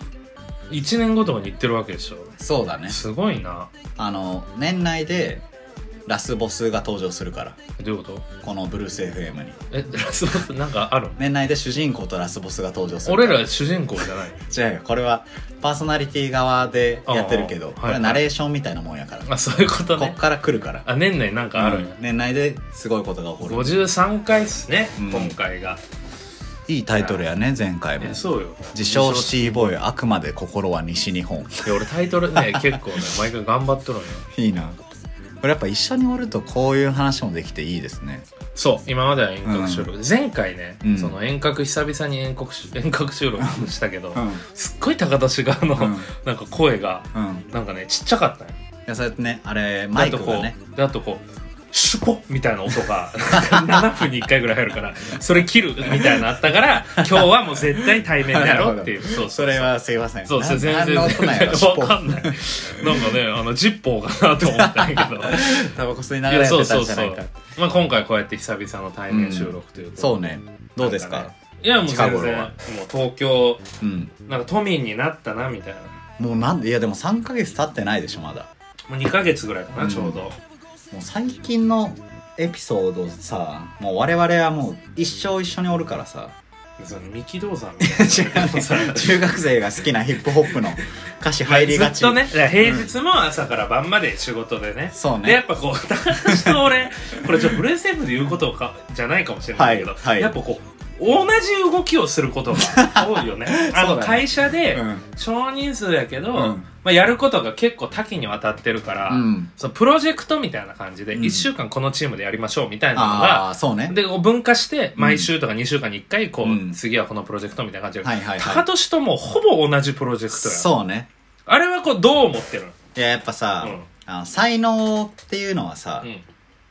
Speaker 1: 1年ごとに言ってるわけでしょ。
Speaker 2: そうだね
Speaker 1: すごいな。
Speaker 2: あの年内でラスボスが登場するから
Speaker 1: どういうこと
Speaker 2: このブルース FM に
Speaker 1: え、 ラスボスなんかあるの
Speaker 2: 年内で主人公とラスボスが登場する
Speaker 1: 俺ら主人公じゃない。
Speaker 2: 違うよこれはパーソナリティ側でやってるけ
Speaker 1: あ
Speaker 2: ど
Speaker 1: あ
Speaker 2: これはナレーションみたいなもんやから、
Speaker 1: あ、そういうこと
Speaker 2: こ
Speaker 1: ね
Speaker 2: っ。から来るから
Speaker 1: あ、年内なんかあるんや。
Speaker 2: 年内ですごいことが起こる
Speaker 1: 53回っすね、
Speaker 2: うん
Speaker 1: 今回が、
Speaker 2: いいタイトルやね前回も
Speaker 1: えそうよ
Speaker 2: 自称シティボーイあくまで心は西日本
Speaker 1: いや俺タイトルね結構ね毎回頑張っとるんよ
Speaker 2: いいなこれやっぱ一緒におるとこういう話もできていいですね
Speaker 1: そう今までは遠隔収録、前回ね、
Speaker 2: うん
Speaker 1: その遠隔久々に遠隔し遠隔収録したけど、
Speaker 2: うん
Speaker 1: すっごい高田氏があの、
Speaker 2: うん
Speaker 1: なんか声が
Speaker 2: うん
Speaker 1: なんかねちっちゃかったんよ
Speaker 2: いやそうやってねあれマイクがね
Speaker 1: であとこうであとこうシュポみたいな音が7分に1回ぐらい入るからそれ切るみたいなのあったから今日はもう絶対対面でやろう っていうそうそう
Speaker 2: それはすいません
Speaker 1: そうですね、
Speaker 2: な
Speaker 1: 全然、
Speaker 2: 何の
Speaker 1: 全
Speaker 2: 音なんや
Speaker 1: 然
Speaker 2: ろ
Speaker 1: わかんない。なんかね、あの、ジッポーかなと思ったんやけど。
Speaker 2: タバコ吸い
Speaker 1: い
Speaker 2: ながら
Speaker 1: や、
Speaker 2: や
Speaker 1: そう
Speaker 2: ってた
Speaker 1: そ
Speaker 2: ん
Speaker 1: う
Speaker 2: じゃ
Speaker 1: そ
Speaker 2: ないか
Speaker 1: う。まあ、今回こうやって久々の対面収録ということで
Speaker 2: そうねどうですか
Speaker 1: なんねいや、もう
Speaker 2: 近
Speaker 1: 全
Speaker 2: 頃
Speaker 1: 然、も
Speaker 2: は
Speaker 1: う東京、
Speaker 2: うん
Speaker 1: なんか都民になったな、みたいな。
Speaker 2: もうなんでいやでも3ヶ月経ってないでしょまだ
Speaker 1: もう2ヶ月ぐらいか
Speaker 2: う
Speaker 1: な、
Speaker 2: ん
Speaker 1: ちょうど。
Speaker 2: もう最近のエピソードさもう我々はもう一生一緒におるからさ
Speaker 1: その三木道山みたいな。 さ
Speaker 2: 中学生が好きなヒップホップの歌詞入りがち
Speaker 1: ずっとね、だから平日も朝から晩まで仕事でね。
Speaker 2: そうね
Speaker 1: で、やっぱこう、 高橋と俺、これちょっとブルーセーブで言うことか、じゃないかもしれないけど、
Speaker 2: はいはい
Speaker 1: やっぱこう、同じ動きをすることが多い よね。あ
Speaker 2: そ
Speaker 1: の、
Speaker 2: うだね
Speaker 1: 会社で、
Speaker 2: うん
Speaker 1: 少人数やけど、
Speaker 2: ん
Speaker 1: まあ、やることが結構多岐にわたってるから、
Speaker 2: うん
Speaker 1: そのプロジェクトみたいな感じで、
Speaker 2: うん
Speaker 1: 1週間このチームでやりましょうみたいなの
Speaker 2: あ
Speaker 1: が
Speaker 2: あ、そうね
Speaker 1: で、こう分化して、毎週とか2週間に1回、こう、
Speaker 2: うん
Speaker 1: 次はこのプロジェクトみたいな感じで、
Speaker 2: はいはいはい
Speaker 1: 高俊ともうほぼ同じプロジェクトや。
Speaker 2: そうね
Speaker 1: あれはこう、どう思ってるの
Speaker 2: いややっぱさ、
Speaker 1: うん
Speaker 2: あの才能っていうのはさ、
Speaker 1: うん。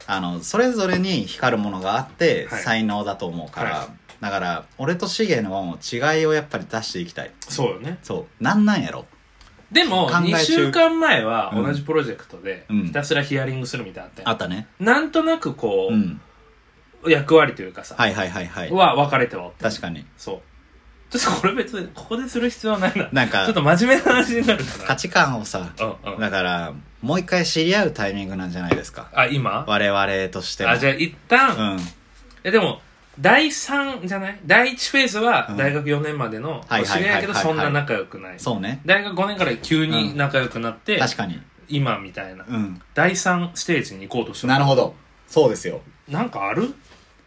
Speaker 2: あのそれぞれに光るものがあって、
Speaker 1: はい
Speaker 2: 才能だと思うから、
Speaker 1: は
Speaker 2: だから俺とシゲのはもう違いをやっぱり出していきたい
Speaker 1: そうよね。
Speaker 2: そうなんなんやろ
Speaker 1: でも、
Speaker 2: 考え中
Speaker 1: 2週間前は
Speaker 2: うん
Speaker 1: 同じプロジェクトで、
Speaker 2: うん
Speaker 1: ひたすらヒアリングするみたいなのあったよ
Speaker 2: あったね
Speaker 1: なんとなくこ
Speaker 2: う
Speaker 1: う、
Speaker 2: ん
Speaker 1: 役割というかさ、
Speaker 2: はいはいはいはい
Speaker 1: は分かれてはおった
Speaker 2: 確かに
Speaker 1: そう。ちょっとこれ別に、ここでする必要はないな。
Speaker 2: なんか
Speaker 1: ちょっと真面目な話になるか
Speaker 2: 価値観をさ
Speaker 1: ら。うんうん。
Speaker 2: だからもう一回知り合うタイミングなんじゃないですか
Speaker 1: あ、今
Speaker 2: 我々としても
Speaker 1: あ、じゃあ一旦、
Speaker 2: うん
Speaker 1: え、でも、第3じゃない第1フェーズは
Speaker 2: うん
Speaker 1: 大学4年までの、
Speaker 2: はいはいはいは
Speaker 1: 知
Speaker 2: い
Speaker 1: り合いやけどそんな仲良くない。
Speaker 2: そうね
Speaker 1: 大学5年から急に仲良くなって、
Speaker 2: 確かに
Speaker 1: 今みたいな。
Speaker 2: うん
Speaker 1: 第3ステージに行こうとした
Speaker 2: なるほどそうですよ
Speaker 1: なんかある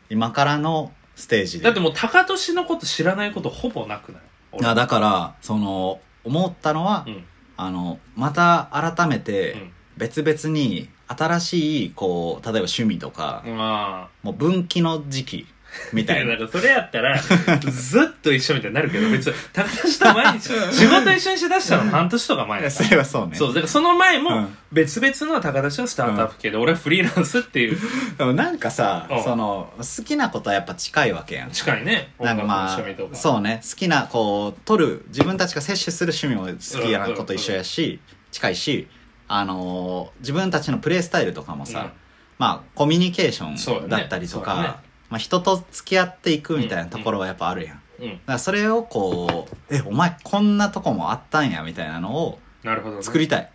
Speaker 2: 今からのステージで
Speaker 1: だってもう、高俊のこと知らないことほぼなくない俺
Speaker 2: あだからその思ったのは、
Speaker 1: うん。
Speaker 2: あのまた改め
Speaker 1: う
Speaker 2: て
Speaker 1: ん。
Speaker 2: 別々に新しいこう例えば趣味とか、
Speaker 1: まあ。
Speaker 2: もう分岐の時期みた い
Speaker 1: いや
Speaker 2: な
Speaker 1: なんかそれやったら、ずっと一緒みたいになるけど、別に、高橋と毎日、仕事一緒にしだしたの半年とか前
Speaker 2: い
Speaker 1: だ
Speaker 2: や
Speaker 1: か
Speaker 2: それはそう
Speaker 1: ら
Speaker 2: ね
Speaker 1: そう、だからその前
Speaker 2: う
Speaker 1: も
Speaker 2: ん、
Speaker 1: 別々の高田氏はスタートアップ系で、俺はフリーランスっていう、
Speaker 2: でもなんかさ、
Speaker 1: うん
Speaker 2: その好きなことはやっぱ近いわけやん
Speaker 1: 近いね、音
Speaker 2: なんか
Speaker 1: 楽の
Speaker 2: ま
Speaker 1: 趣味と
Speaker 2: あ
Speaker 1: か。
Speaker 2: そうね好きなこう取る自分たちが摂取する趣味も好きなこと一緒やし近いしあのー自分たちのプレイスタイルとかもさ、
Speaker 1: うん
Speaker 2: まあコミュニケーシ
Speaker 1: そうだ
Speaker 2: ョン
Speaker 1: ね
Speaker 2: だったりとか、
Speaker 1: そうだね
Speaker 2: まあ、人と付き合っていくみたいなところはやっぱあるやん、だ
Speaker 1: うん。
Speaker 2: からそれをこう「えお前こんなとこもあったんや」みたいなのを
Speaker 1: なるほどね。
Speaker 2: 作りたい、
Speaker 1: で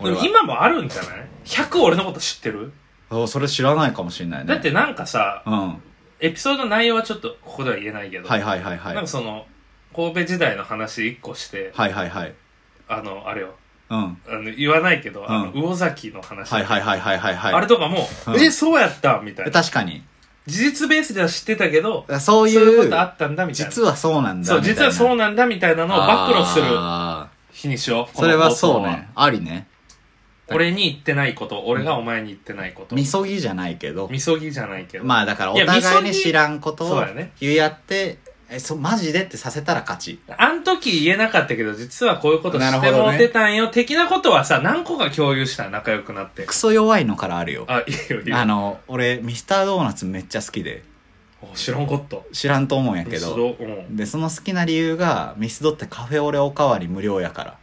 Speaker 2: 俺
Speaker 1: も
Speaker 2: は
Speaker 1: 今もあるんじゃない ?100 俺のこと知ってる
Speaker 2: おそれ知らないかもしれないね
Speaker 1: だってなんかさ、
Speaker 2: うんは
Speaker 1: エピソードの内容はちょっとここでは言えないけ
Speaker 2: い
Speaker 1: ど、
Speaker 2: はい
Speaker 1: な
Speaker 2: はいはい
Speaker 1: んかその、神戸時代の話1個して、
Speaker 2: はいはいはい
Speaker 1: あの、あれよ、
Speaker 2: うん
Speaker 1: あの言わないけど、あの、
Speaker 2: うん
Speaker 1: 魚崎の話。
Speaker 2: はいはいはいはいはいはい
Speaker 1: あれとかも、
Speaker 2: うん
Speaker 1: え、そうやったみたいな。
Speaker 2: 確かに
Speaker 1: 事実ベースでは知ってたけど、
Speaker 2: そ
Speaker 1: そうう
Speaker 2: いう
Speaker 1: いうことあったんだみたいな。
Speaker 2: 実はそうなんだ
Speaker 1: そう、実はそう
Speaker 2: な
Speaker 1: なんだみたいなのを暴露する日にしよう。
Speaker 2: それ
Speaker 1: こ
Speaker 2: は
Speaker 1: の放
Speaker 2: そ
Speaker 1: 送
Speaker 2: う
Speaker 1: は
Speaker 2: ね。ありね
Speaker 1: 俺に言ってないこと俺がお前に言ってないこと
Speaker 2: みそぎじゃないけど
Speaker 1: みそぎじゃないけど、
Speaker 2: まあだからお
Speaker 1: いや
Speaker 2: 互い
Speaker 1: み
Speaker 2: に
Speaker 1: そぎ
Speaker 2: 知らんこと
Speaker 1: そう
Speaker 2: を
Speaker 1: だね
Speaker 2: 言い合ってえそマジでってさせたら勝ち
Speaker 1: あん時言えなかったけど、実はこういうことし
Speaker 2: な
Speaker 1: て
Speaker 2: るほ
Speaker 1: も
Speaker 2: ど
Speaker 1: う
Speaker 2: ね
Speaker 1: てたんよ、的なことはさ、何個か共有した仲良くなって
Speaker 2: ク。ソ弱いのからあるよ
Speaker 1: あ、いいよいいよ
Speaker 2: あ。の俺ミスタードーナツめっちゃ好きで
Speaker 1: お知らんこと。
Speaker 2: 知らんと思うんやけ
Speaker 1: そ
Speaker 2: ど
Speaker 1: ううん、
Speaker 2: でその好きな理由がミスドってカフェオレおかわり無料やか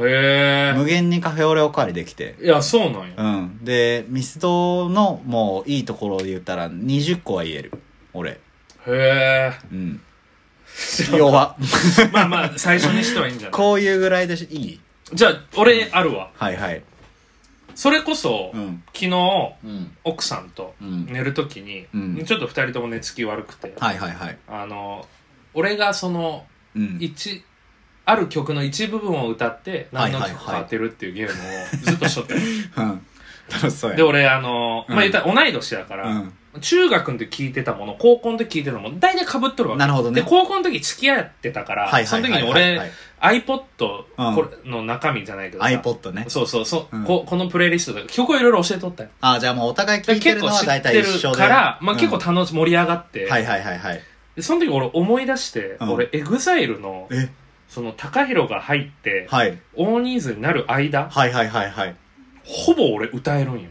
Speaker 1: へ
Speaker 2: ら無限にカフェオレおかわりできて
Speaker 1: え。いや、そうなんや。
Speaker 2: うんでミスドのもういいところで言ったら20個は言える俺
Speaker 1: へ
Speaker 2: うん弱
Speaker 1: え。まあまあ、最初にしてはいいんじゃない
Speaker 2: こういうぐらいでしいい
Speaker 1: じゃあ、俺、あるわ。
Speaker 2: はいはい
Speaker 1: それこそ、
Speaker 2: うん
Speaker 1: 昨日、
Speaker 2: うん
Speaker 1: 奥さんと
Speaker 2: うん
Speaker 1: 寝る時に、
Speaker 2: うん
Speaker 1: ちょっと二人とも寝つき悪くて、
Speaker 2: はいはいはい
Speaker 1: あの、俺がその、
Speaker 2: うん
Speaker 1: 一、ある曲の一部分を歌って、何の曲か当てるっていうゲームをずっとしとったよ
Speaker 2: うん楽しそうや
Speaker 1: で、俺、あの、
Speaker 2: うん
Speaker 1: まあ、言ったら同い年だから、
Speaker 2: うん
Speaker 1: 中学の時聞いてたもの、高校の時聞いてたもの、大体被っとるわけ。
Speaker 2: なるほどね
Speaker 1: で、高校の時付き合ってたから、
Speaker 2: はい
Speaker 1: そ
Speaker 2: はい
Speaker 1: の時
Speaker 2: はい
Speaker 1: に
Speaker 2: はい
Speaker 1: 俺
Speaker 2: はい、
Speaker 1: iPod
Speaker 2: うん
Speaker 1: これの中身じゃないけどさ
Speaker 2: iPod ね
Speaker 1: そうそうそう、
Speaker 2: うん
Speaker 1: こ、このプレイリストとか曲をいろいろ教えとったよ。
Speaker 2: あじゃあもうお互い聞
Speaker 1: で
Speaker 2: いてる
Speaker 1: 結
Speaker 2: の
Speaker 1: 構
Speaker 2: は
Speaker 1: 知っ
Speaker 2: 大
Speaker 1: て
Speaker 2: 体一緒
Speaker 1: る
Speaker 2: で
Speaker 1: から、まあ、
Speaker 2: うん
Speaker 1: 結構楽し、盛り上がって、
Speaker 2: はいはいはいはい
Speaker 1: でその時俺思い出して、
Speaker 2: うん
Speaker 1: 俺、EXILE の、
Speaker 2: え
Speaker 1: その、高弘が入って、
Speaker 2: はい
Speaker 1: 大人数になる間、
Speaker 2: はいはいはいはい
Speaker 1: ほぼ俺歌えるん よ。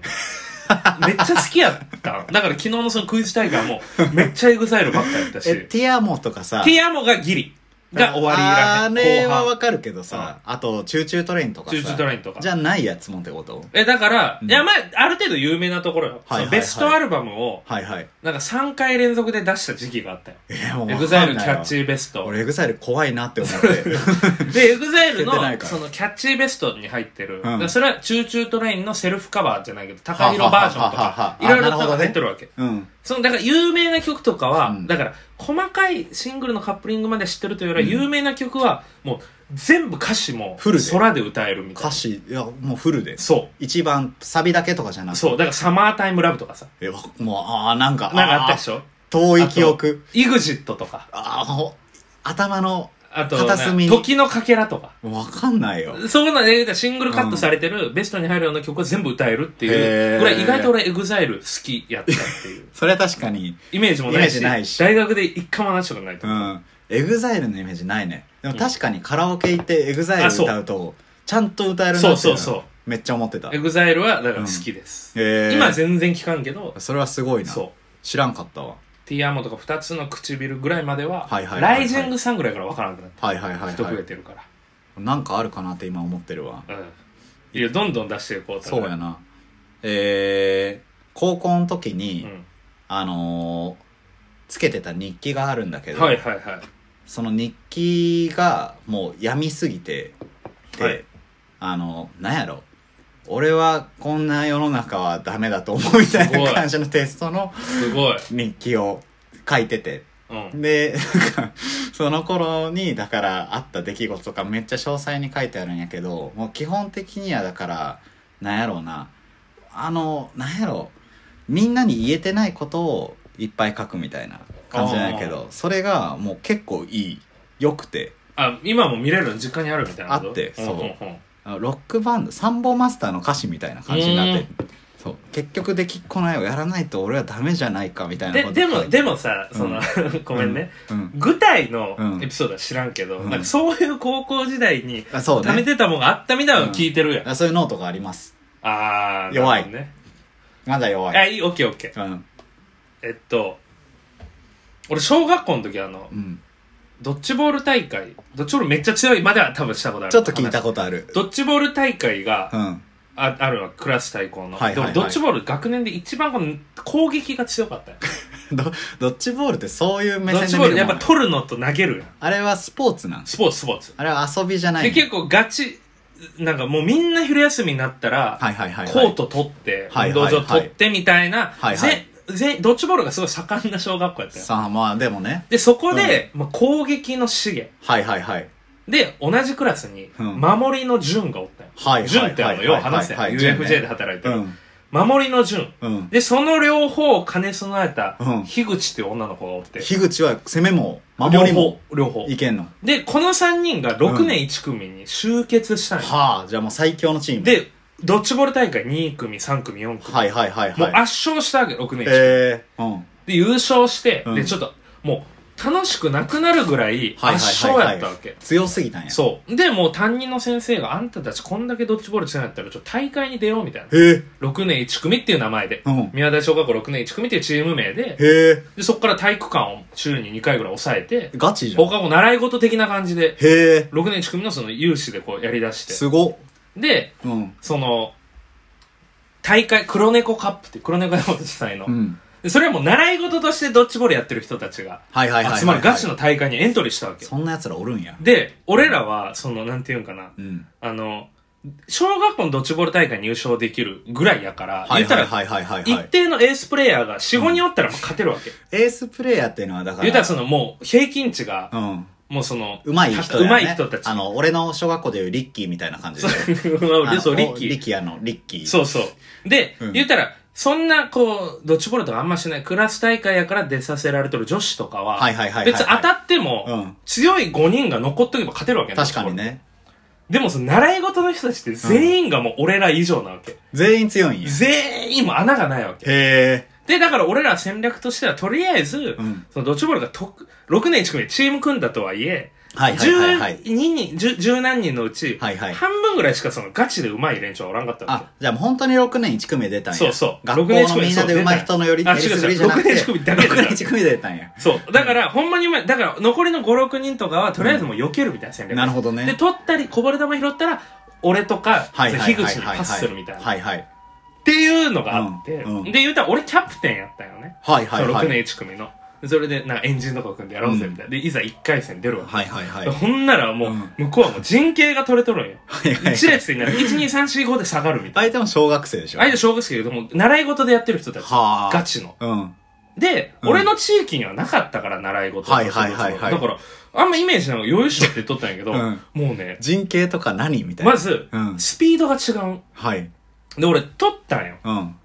Speaker 1: めっちゃ好きやったん。だから昨日のそのクイズ大会もめっちゃエグザイルばっかやったし。
Speaker 2: え
Speaker 1: テ
Speaker 2: ティアモとかさ
Speaker 1: ィアモがギリが終わりらへん。
Speaker 2: あれ
Speaker 1: 後
Speaker 2: は
Speaker 1: 半。
Speaker 2: わかるけどさ、あと、チューチュートレインとかさ。
Speaker 1: チューチュートレインとか
Speaker 2: じゃないやつもってこと
Speaker 1: え、だから、
Speaker 2: うん
Speaker 1: いや、まあ、ある程度有名なところよ。
Speaker 2: はい
Speaker 1: そ
Speaker 2: はいはい
Speaker 1: のベストアルバムを、
Speaker 2: はいはい。
Speaker 1: なんか3回連続で出した時期があったよ。
Speaker 2: えー、もう
Speaker 1: エ
Speaker 2: わ
Speaker 1: グ
Speaker 2: か
Speaker 1: ザイ
Speaker 2: ん
Speaker 1: ルキ
Speaker 2: ない
Speaker 1: ャ
Speaker 2: わ
Speaker 1: ッチーベスト。
Speaker 2: 俺、エグザイル怖いなって思 って。
Speaker 1: で、エグザイルの
Speaker 2: 出てない、から
Speaker 1: そのキャッチーベストに入ってる。
Speaker 2: ん
Speaker 1: だからそれは、チューチュートレインのセルフカバーじゃないけど、高広バージョンと
Speaker 2: はははは
Speaker 1: か
Speaker 2: は、
Speaker 1: いろいろ
Speaker 2: あなるほどね
Speaker 1: 入ってるわけ。
Speaker 2: うん。
Speaker 1: そのだから有名な曲とかは、
Speaker 2: うん
Speaker 1: だから細かいシングルのカップリングまで知ってるというよりは、
Speaker 2: うん
Speaker 1: 有名な曲はもう全部歌詞も
Speaker 2: フルで
Speaker 1: 空で歌えるみたい
Speaker 2: 歌
Speaker 1: な
Speaker 2: 詞、いや、もうフルで。
Speaker 1: そ
Speaker 2: 一番、サビだけとかじゃな
Speaker 1: う
Speaker 2: くて。
Speaker 1: そうだから「サマータイムラブ」とかさ
Speaker 2: え、わもう、ああ、なんか、
Speaker 1: なんかあったでし
Speaker 2: ょ。
Speaker 1: ょ
Speaker 2: 遠い記憶。
Speaker 1: EXIT とか
Speaker 2: ああ、もう、頭の、
Speaker 1: あと、
Speaker 2: 片
Speaker 1: ね
Speaker 2: 隅に
Speaker 1: 時のかけら」とか
Speaker 2: わかんないよ。
Speaker 1: そういうので言うたらシングルカットされてる、ベストに入るような曲は全部歌えるってい
Speaker 2: へ
Speaker 1: う
Speaker 2: ー
Speaker 1: これ意外と俺 EXILE 好きやったっていう
Speaker 2: それは確かに、
Speaker 1: イメージもないし
Speaker 2: イメージないし
Speaker 1: 大学で一回も話したことないと
Speaker 2: う
Speaker 1: 思う、
Speaker 2: ん。エグザイルのイメージないね。でも確かにカラオケ行ってエグザイル
Speaker 1: あそう
Speaker 2: 歌うと、ちゃんと歌えるなってい
Speaker 1: そううそうそう
Speaker 2: のめっちゃ思ってた。え
Speaker 1: EXILE はだから好きです、
Speaker 2: ー
Speaker 1: 今全然聞かんけど、
Speaker 2: それはすごいな。
Speaker 1: そう
Speaker 2: 知らんかったわ。
Speaker 1: ティアモとか2つの唇ぐらいまでは、
Speaker 2: はいはいはいはい
Speaker 1: ライジングさんぐらいから分からなくなって、
Speaker 2: はいはいはい、
Speaker 1: 人増え
Speaker 2: は
Speaker 1: てるから。
Speaker 2: い。なんかあるかなって今思ってるわ。
Speaker 1: うん。いや、どんどん出していこうと。
Speaker 2: そうやな。えー、高校の時に、
Speaker 1: うん。
Speaker 2: あのーつけてた日記があるんだけど、
Speaker 1: はいはいはい。
Speaker 2: その日記がもう病みすぎて、で、
Speaker 1: はい
Speaker 2: あのーなんやろ、俺はこんな世の中はダメだと思うみたい
Speaker 1: すごい
Speaker 2: な感じのテストの
Speaker 1: すごい。
Speaker 2: 日記を書いてて、
Speaker 1: うん。
Speaker 2: で、なんか、その頃に、だから、あった出来事とかめっちゃ詳細に書いてあるんやけど、もう基本的にはだから、なんやろうな、あの、なんやろう、みんなに言えてないことをいっぱい書くみたいな感じなんやけど、それがもう結構いい、良くて、
Speaker 1: あ、今も見れるの実家にあるみたいなこと
Speaker 2: あって
Speaker 1: ん
Speaker 2: そうん
Speaker 1: ん
Speaker 2: あのロックバンド、サンボマスターの歌詞みたいな感じになってる、そう、結局できっこないをやらないと俺はダメじゃないかみたいな
Speaker 1: で、
Speaker 2: こと
Speaker 1: でも、で
Speaker 2: も、
Speaker 1: もさ、その、 ごめんね。
Speaker 2: うん。
Speaker 1: 具体の
Speaker 2: うん
Speaker 1: エピソードは知らんけど、
Speaker 2: うん
Speaker 1: なんかそういう高校時代に、
Speaker 2: あそう
Speaker 1: 貯め
Speaker 2: ね。
Speaker 1: てたもんがあったみたいなの聞いてるやん。
Speaker 2: あそういうノートがあります。
Speaker 1: あー、
Speaker 2: 弱い
Speaker 1: なるほどね。
Speaker 2: まだ弱
Speaker 1: あ、
Speaker 2: い。
Speaker 1: いい、オッケーオッケー。
Speaker 2: うん。
Speaker 1: えっと、俺、小学校の時あの
Speaker 2: う、ん。
Speaker 1: ドッジボール大会、ドッジボールめっちゃ強いまでは多分したことある。
Speaker 2: ちょっと聞いたことある。
Speaker 1: ドッジボール大会が、
Speaker 2: うん。
Speaker 1: ああるわ、クラス対抗の。
Speaker 2: はいはいはい
Speaker 1: でもドッジボール学年で一番この攻撃が強かったよ。
Speaker 2: ど、ドッジボールってそういう目
Speaker 1: ドッ
Speaker 2: 線
Speaker 1: ジ
Speaker 2: で
Speaker 1: ボー
Speaker 2: 見
Speaker 1: ル
Speaker 2: る
Speaker 1: やっ
Speaker 2: も
Speaker 1: ぱ
Speaker 2: ん、ね、
Speaker 1: 取るのと投げるやん。
Speaker 2: あれはスポーツなん
Speaker 1: スポーツ、スポーツ。
Speaker 2: あれは遊びじゃな
Speaker 1: で、
Speaker 2: い
Speaker 1: 結構ガチ、なんかもうみんな昼休みになったら、
Speaker 2: はいはいはい、はい。
Speaker 1: コート取って、
Speaker 2: はい
Speaker 1: 運動
Speaker 2: はいはい
Speaker 1: 場取ってみたいな、
Speaker 2: はいはい
Speaker 1: ぜぜドッジボールがすごい盛んな小学校やったよ。
Speaker 2: さあまあでもね。
Speaker 1: で、そこで、まあ、攻撃の資源。
Speaker 2: はいはいはい。
Speaker 1: で、同じクラスに、
Speaker 2: うん
Speaker 1: 守りの順がおったよ。
Speaker 2: はいはい
Speaker 1: 順
Speaker 2: はい
Speaker 1: ってあの、
Speaker 2: はい
Speaker 1: よう話せよ。
Speaker 2: はいはいはい
Speaker 1: UFJ で働いて
Speaker 2: う
Speaker 1: る。
Speaker 2: ん。
Speaker 1: 守りの順。
Speaker 2: うん。
Speaker 1: で、その両方を兼ね備えた
Speaker 2: う、ん
Speaker 1: 樋口っていう女の子がおって。
Speaker 2: 樋口は攻めも守りも
Speaker 1: 両方。両方
Speaker 2: い。けんの。は
Speaker 1: で、この3人が6年1組に集結したんよ。
Speaker 2: あ、じゃあもう最強のチーム。、
Speaker 1: で、ドッジボール大会2組、3組、4組。
Speaker 2: はいはいはい
Speaker 1: もう
Speaker 2: は
Speaker 1: 圧
Speaker 2: い。
Speaker 1: 勝したわけ、6年生
Speaker 2: ええうん。
Speaker 1: で、優勝して、
Speaker 2: うん
Speaker 1: で、ちょっと、もう、楽しくなくなるぐらい
Speaker 2: はいはいはいはい
Speaker 1: 圧勝やったわけ。
Speaker 2: 強すぎたんや。
Speaker 1: そう。で、もう担任の先生が、あんたたちこんだけドッジボール強いんだったら、ちょっと大会に出ようみたいな。
Speaker 2: へえ。
Speaker 1: 6年1組っていう名前で。
Speaker 2: うん。
Speaker 1: 宮台小学校6年1組っていうチーム名で、
Speaker 2: へえ。
Speaker 1: でそこから体育館を週に2回ぐらい抑えて、
Speaker 2: ガチじゃん。
Speaker 1: 放課後習い事的な感じで、
Speaker 2: へえ。
Speaker 1: 6年1組のその有志でこうやり出して。
Speaker 2: すごっ。
Speaker 1: で、
Speaker 2: うん。
Speaker 1: その、大会、黒猫カップって、黒猫山本主催の
Speaker 2: う。ん。
Speaker 1: でそれはもう習い事としてドッジボールやってる人たちが、
Speaker 2: はいはいはいはいはい。
Speaker 1: 集まるガチの大会にエントリーしたわけ。
Speaker 2: そんな奴らおるんや。
Speaker 1: で、俺らは、その、なんていうんかな、
Speaker 2: うん。
Speaker 1: あの、小学校のドッジボール大会に優勝できるぐらいやから、
Speaker 2: は
Speaker 1: 言
Speaker 2: い
Speaker 1: った
Speaker 2: はい
Speaker 1: ら、
Speaker 2: はいはいはいは
Speaker 1: 一
Speaker 2: い。
Speaker 1: 定のエースプレイヤーが4、5人おったらもう勝てるわけ。
Speaker 2: エースプレイヤーっていうのはだから。
Speaker 1: 言ったらそのもう平均値が、
Speaker 2: うん。
Speaker 1: もうその、
Speaker 2: うまい人
Speaker 1: う
Speaker 2: だよ
Speaker 1: ま
Speaker 2: ね。
Speaker 1: い人たち。
Speaker 2: あの、俺の小学校でいうリッキーみたいな感じ で。
Speaker 1: そう、
Speaker 2: あの
Speaker 1: そうリッキ
Speaker 2: リッ
Speaker 1: ー。
Speaker 2: キーあの、リッキー。
Speaker 1: そうそう。で、
Speaker 2: うん
Speaker 1: 言ったら、そんな、こう、ドッジボールとかあんましない、クラス大会やから出させられてる女子とかは、
Speaker 2: はいはいはいはい
Speaker 1: 別に当たっても、
Speaker 2: うん
Speaker 1: 強い5人が残っとけば勝てるわけね
Speaker 2: 確かに。ね。
Speaker 1: でもその習い事の人たちって全員がもう俺ら以上なわけ。
Speaker 2: 全員強いんや。
Speaker 1: 全員も穴がないわけ。
Speaker 2: へえ。
Speaker 1: で、だから俺ら戦略としては、とりあえず、
Speaker 2: うん
Speaker 1: そのドッジボールがと6年1組でチーム組んだとはいえ、
Speaker 2: はいはい
Speaker 1: 十
Speaker 2: はいはい。
Speaker 1: 人、十十何人のうち、
Speaker 2: はいはい
Speaker 1: 半分ぐらいしかそのガチで上手い連中はおらんかったわけ。
Speaker 2: あ、じゃあもう本当に6年1組出たんや。
Speaker 1: そうそう
Speaker 2: 学
Speaker 1: 六年
Speaker 2: 校一
Speaker 1: 一
Speaker 2: の
Speaker 1: 組
Speaker 2: みんな
Speaker 1: そう
Speaker 2: で上手い人のより、
Speaker 1: 出たんや
Speaker 2: えりすぐりじゃなく
Speaker 1: あ
Speaker 2: て。
Speaker 1: 違う違う六年一組だけ出た
Speaker 2: 6年1組で出たんや。
Speaker 1: そう。だから、ほんまにうまい。だから、残りの5、6人とかは、とりあえずもう避けるみたいな戦略。
Speaker 2: なるほどね。
Speaker 1: で、取ったり、こぼれ球拾ったら、俺とか、
Speaker 2: はいはいはい
Speaker 1: 樋
Speaker 2: はい
Speaker 1: 口にパスするみたいな。っ
Speaker 2: はいはい。
Speaker 1: ていうのがあって、
Speaker 2: うんうん
Speaker 1: で、言うたら俺キャプテンやったよね。
Speaker 2: はいはい
Speaker 1: その
Speaker 2: はい。
Speaker 1: 6年1組の。それで、なんか、エンジンとか組んでやろうぜ、みたいな。で、いざ1回戦出るわけ。
Speaker 2: はいはいはい。
Speaker 1: ほんならもう、
Speaker 2: うん
Speaker 1: 向こうはもう人形が取れとるんよ。
Speaker 2: はいはい
Speaker 1: 一列になる。1,2,3,4,5で下がるみたいな。
Speaker 2: 相手も小学生でしょ。
Speaker 1: あれで小学生だけど、もう習い事でやってる人たち。
Speaker 2: はあ。
Speaker 1: ガ。チの。
Speaker 2: うん。
Speaker 1: で、
Speaker 2: うん
Speaker 1: 俺の地域にはなかったから、習い事
Speaker 2: はいはいはいはい
Speaker 1: だから、あんまイメージない余裕しろって言っとったんやけど、
Speaker 2: うん
Speaker 1: もうね、
Speaker 2: 人形とか何みたいな。
Speaker 1: まず、
Speaker 2: うん
Speaker 1: スピードが違うん。
Speaker 2: はい。
Speaker 1: で、俺、取ったんよ。
Speaker 2: うん。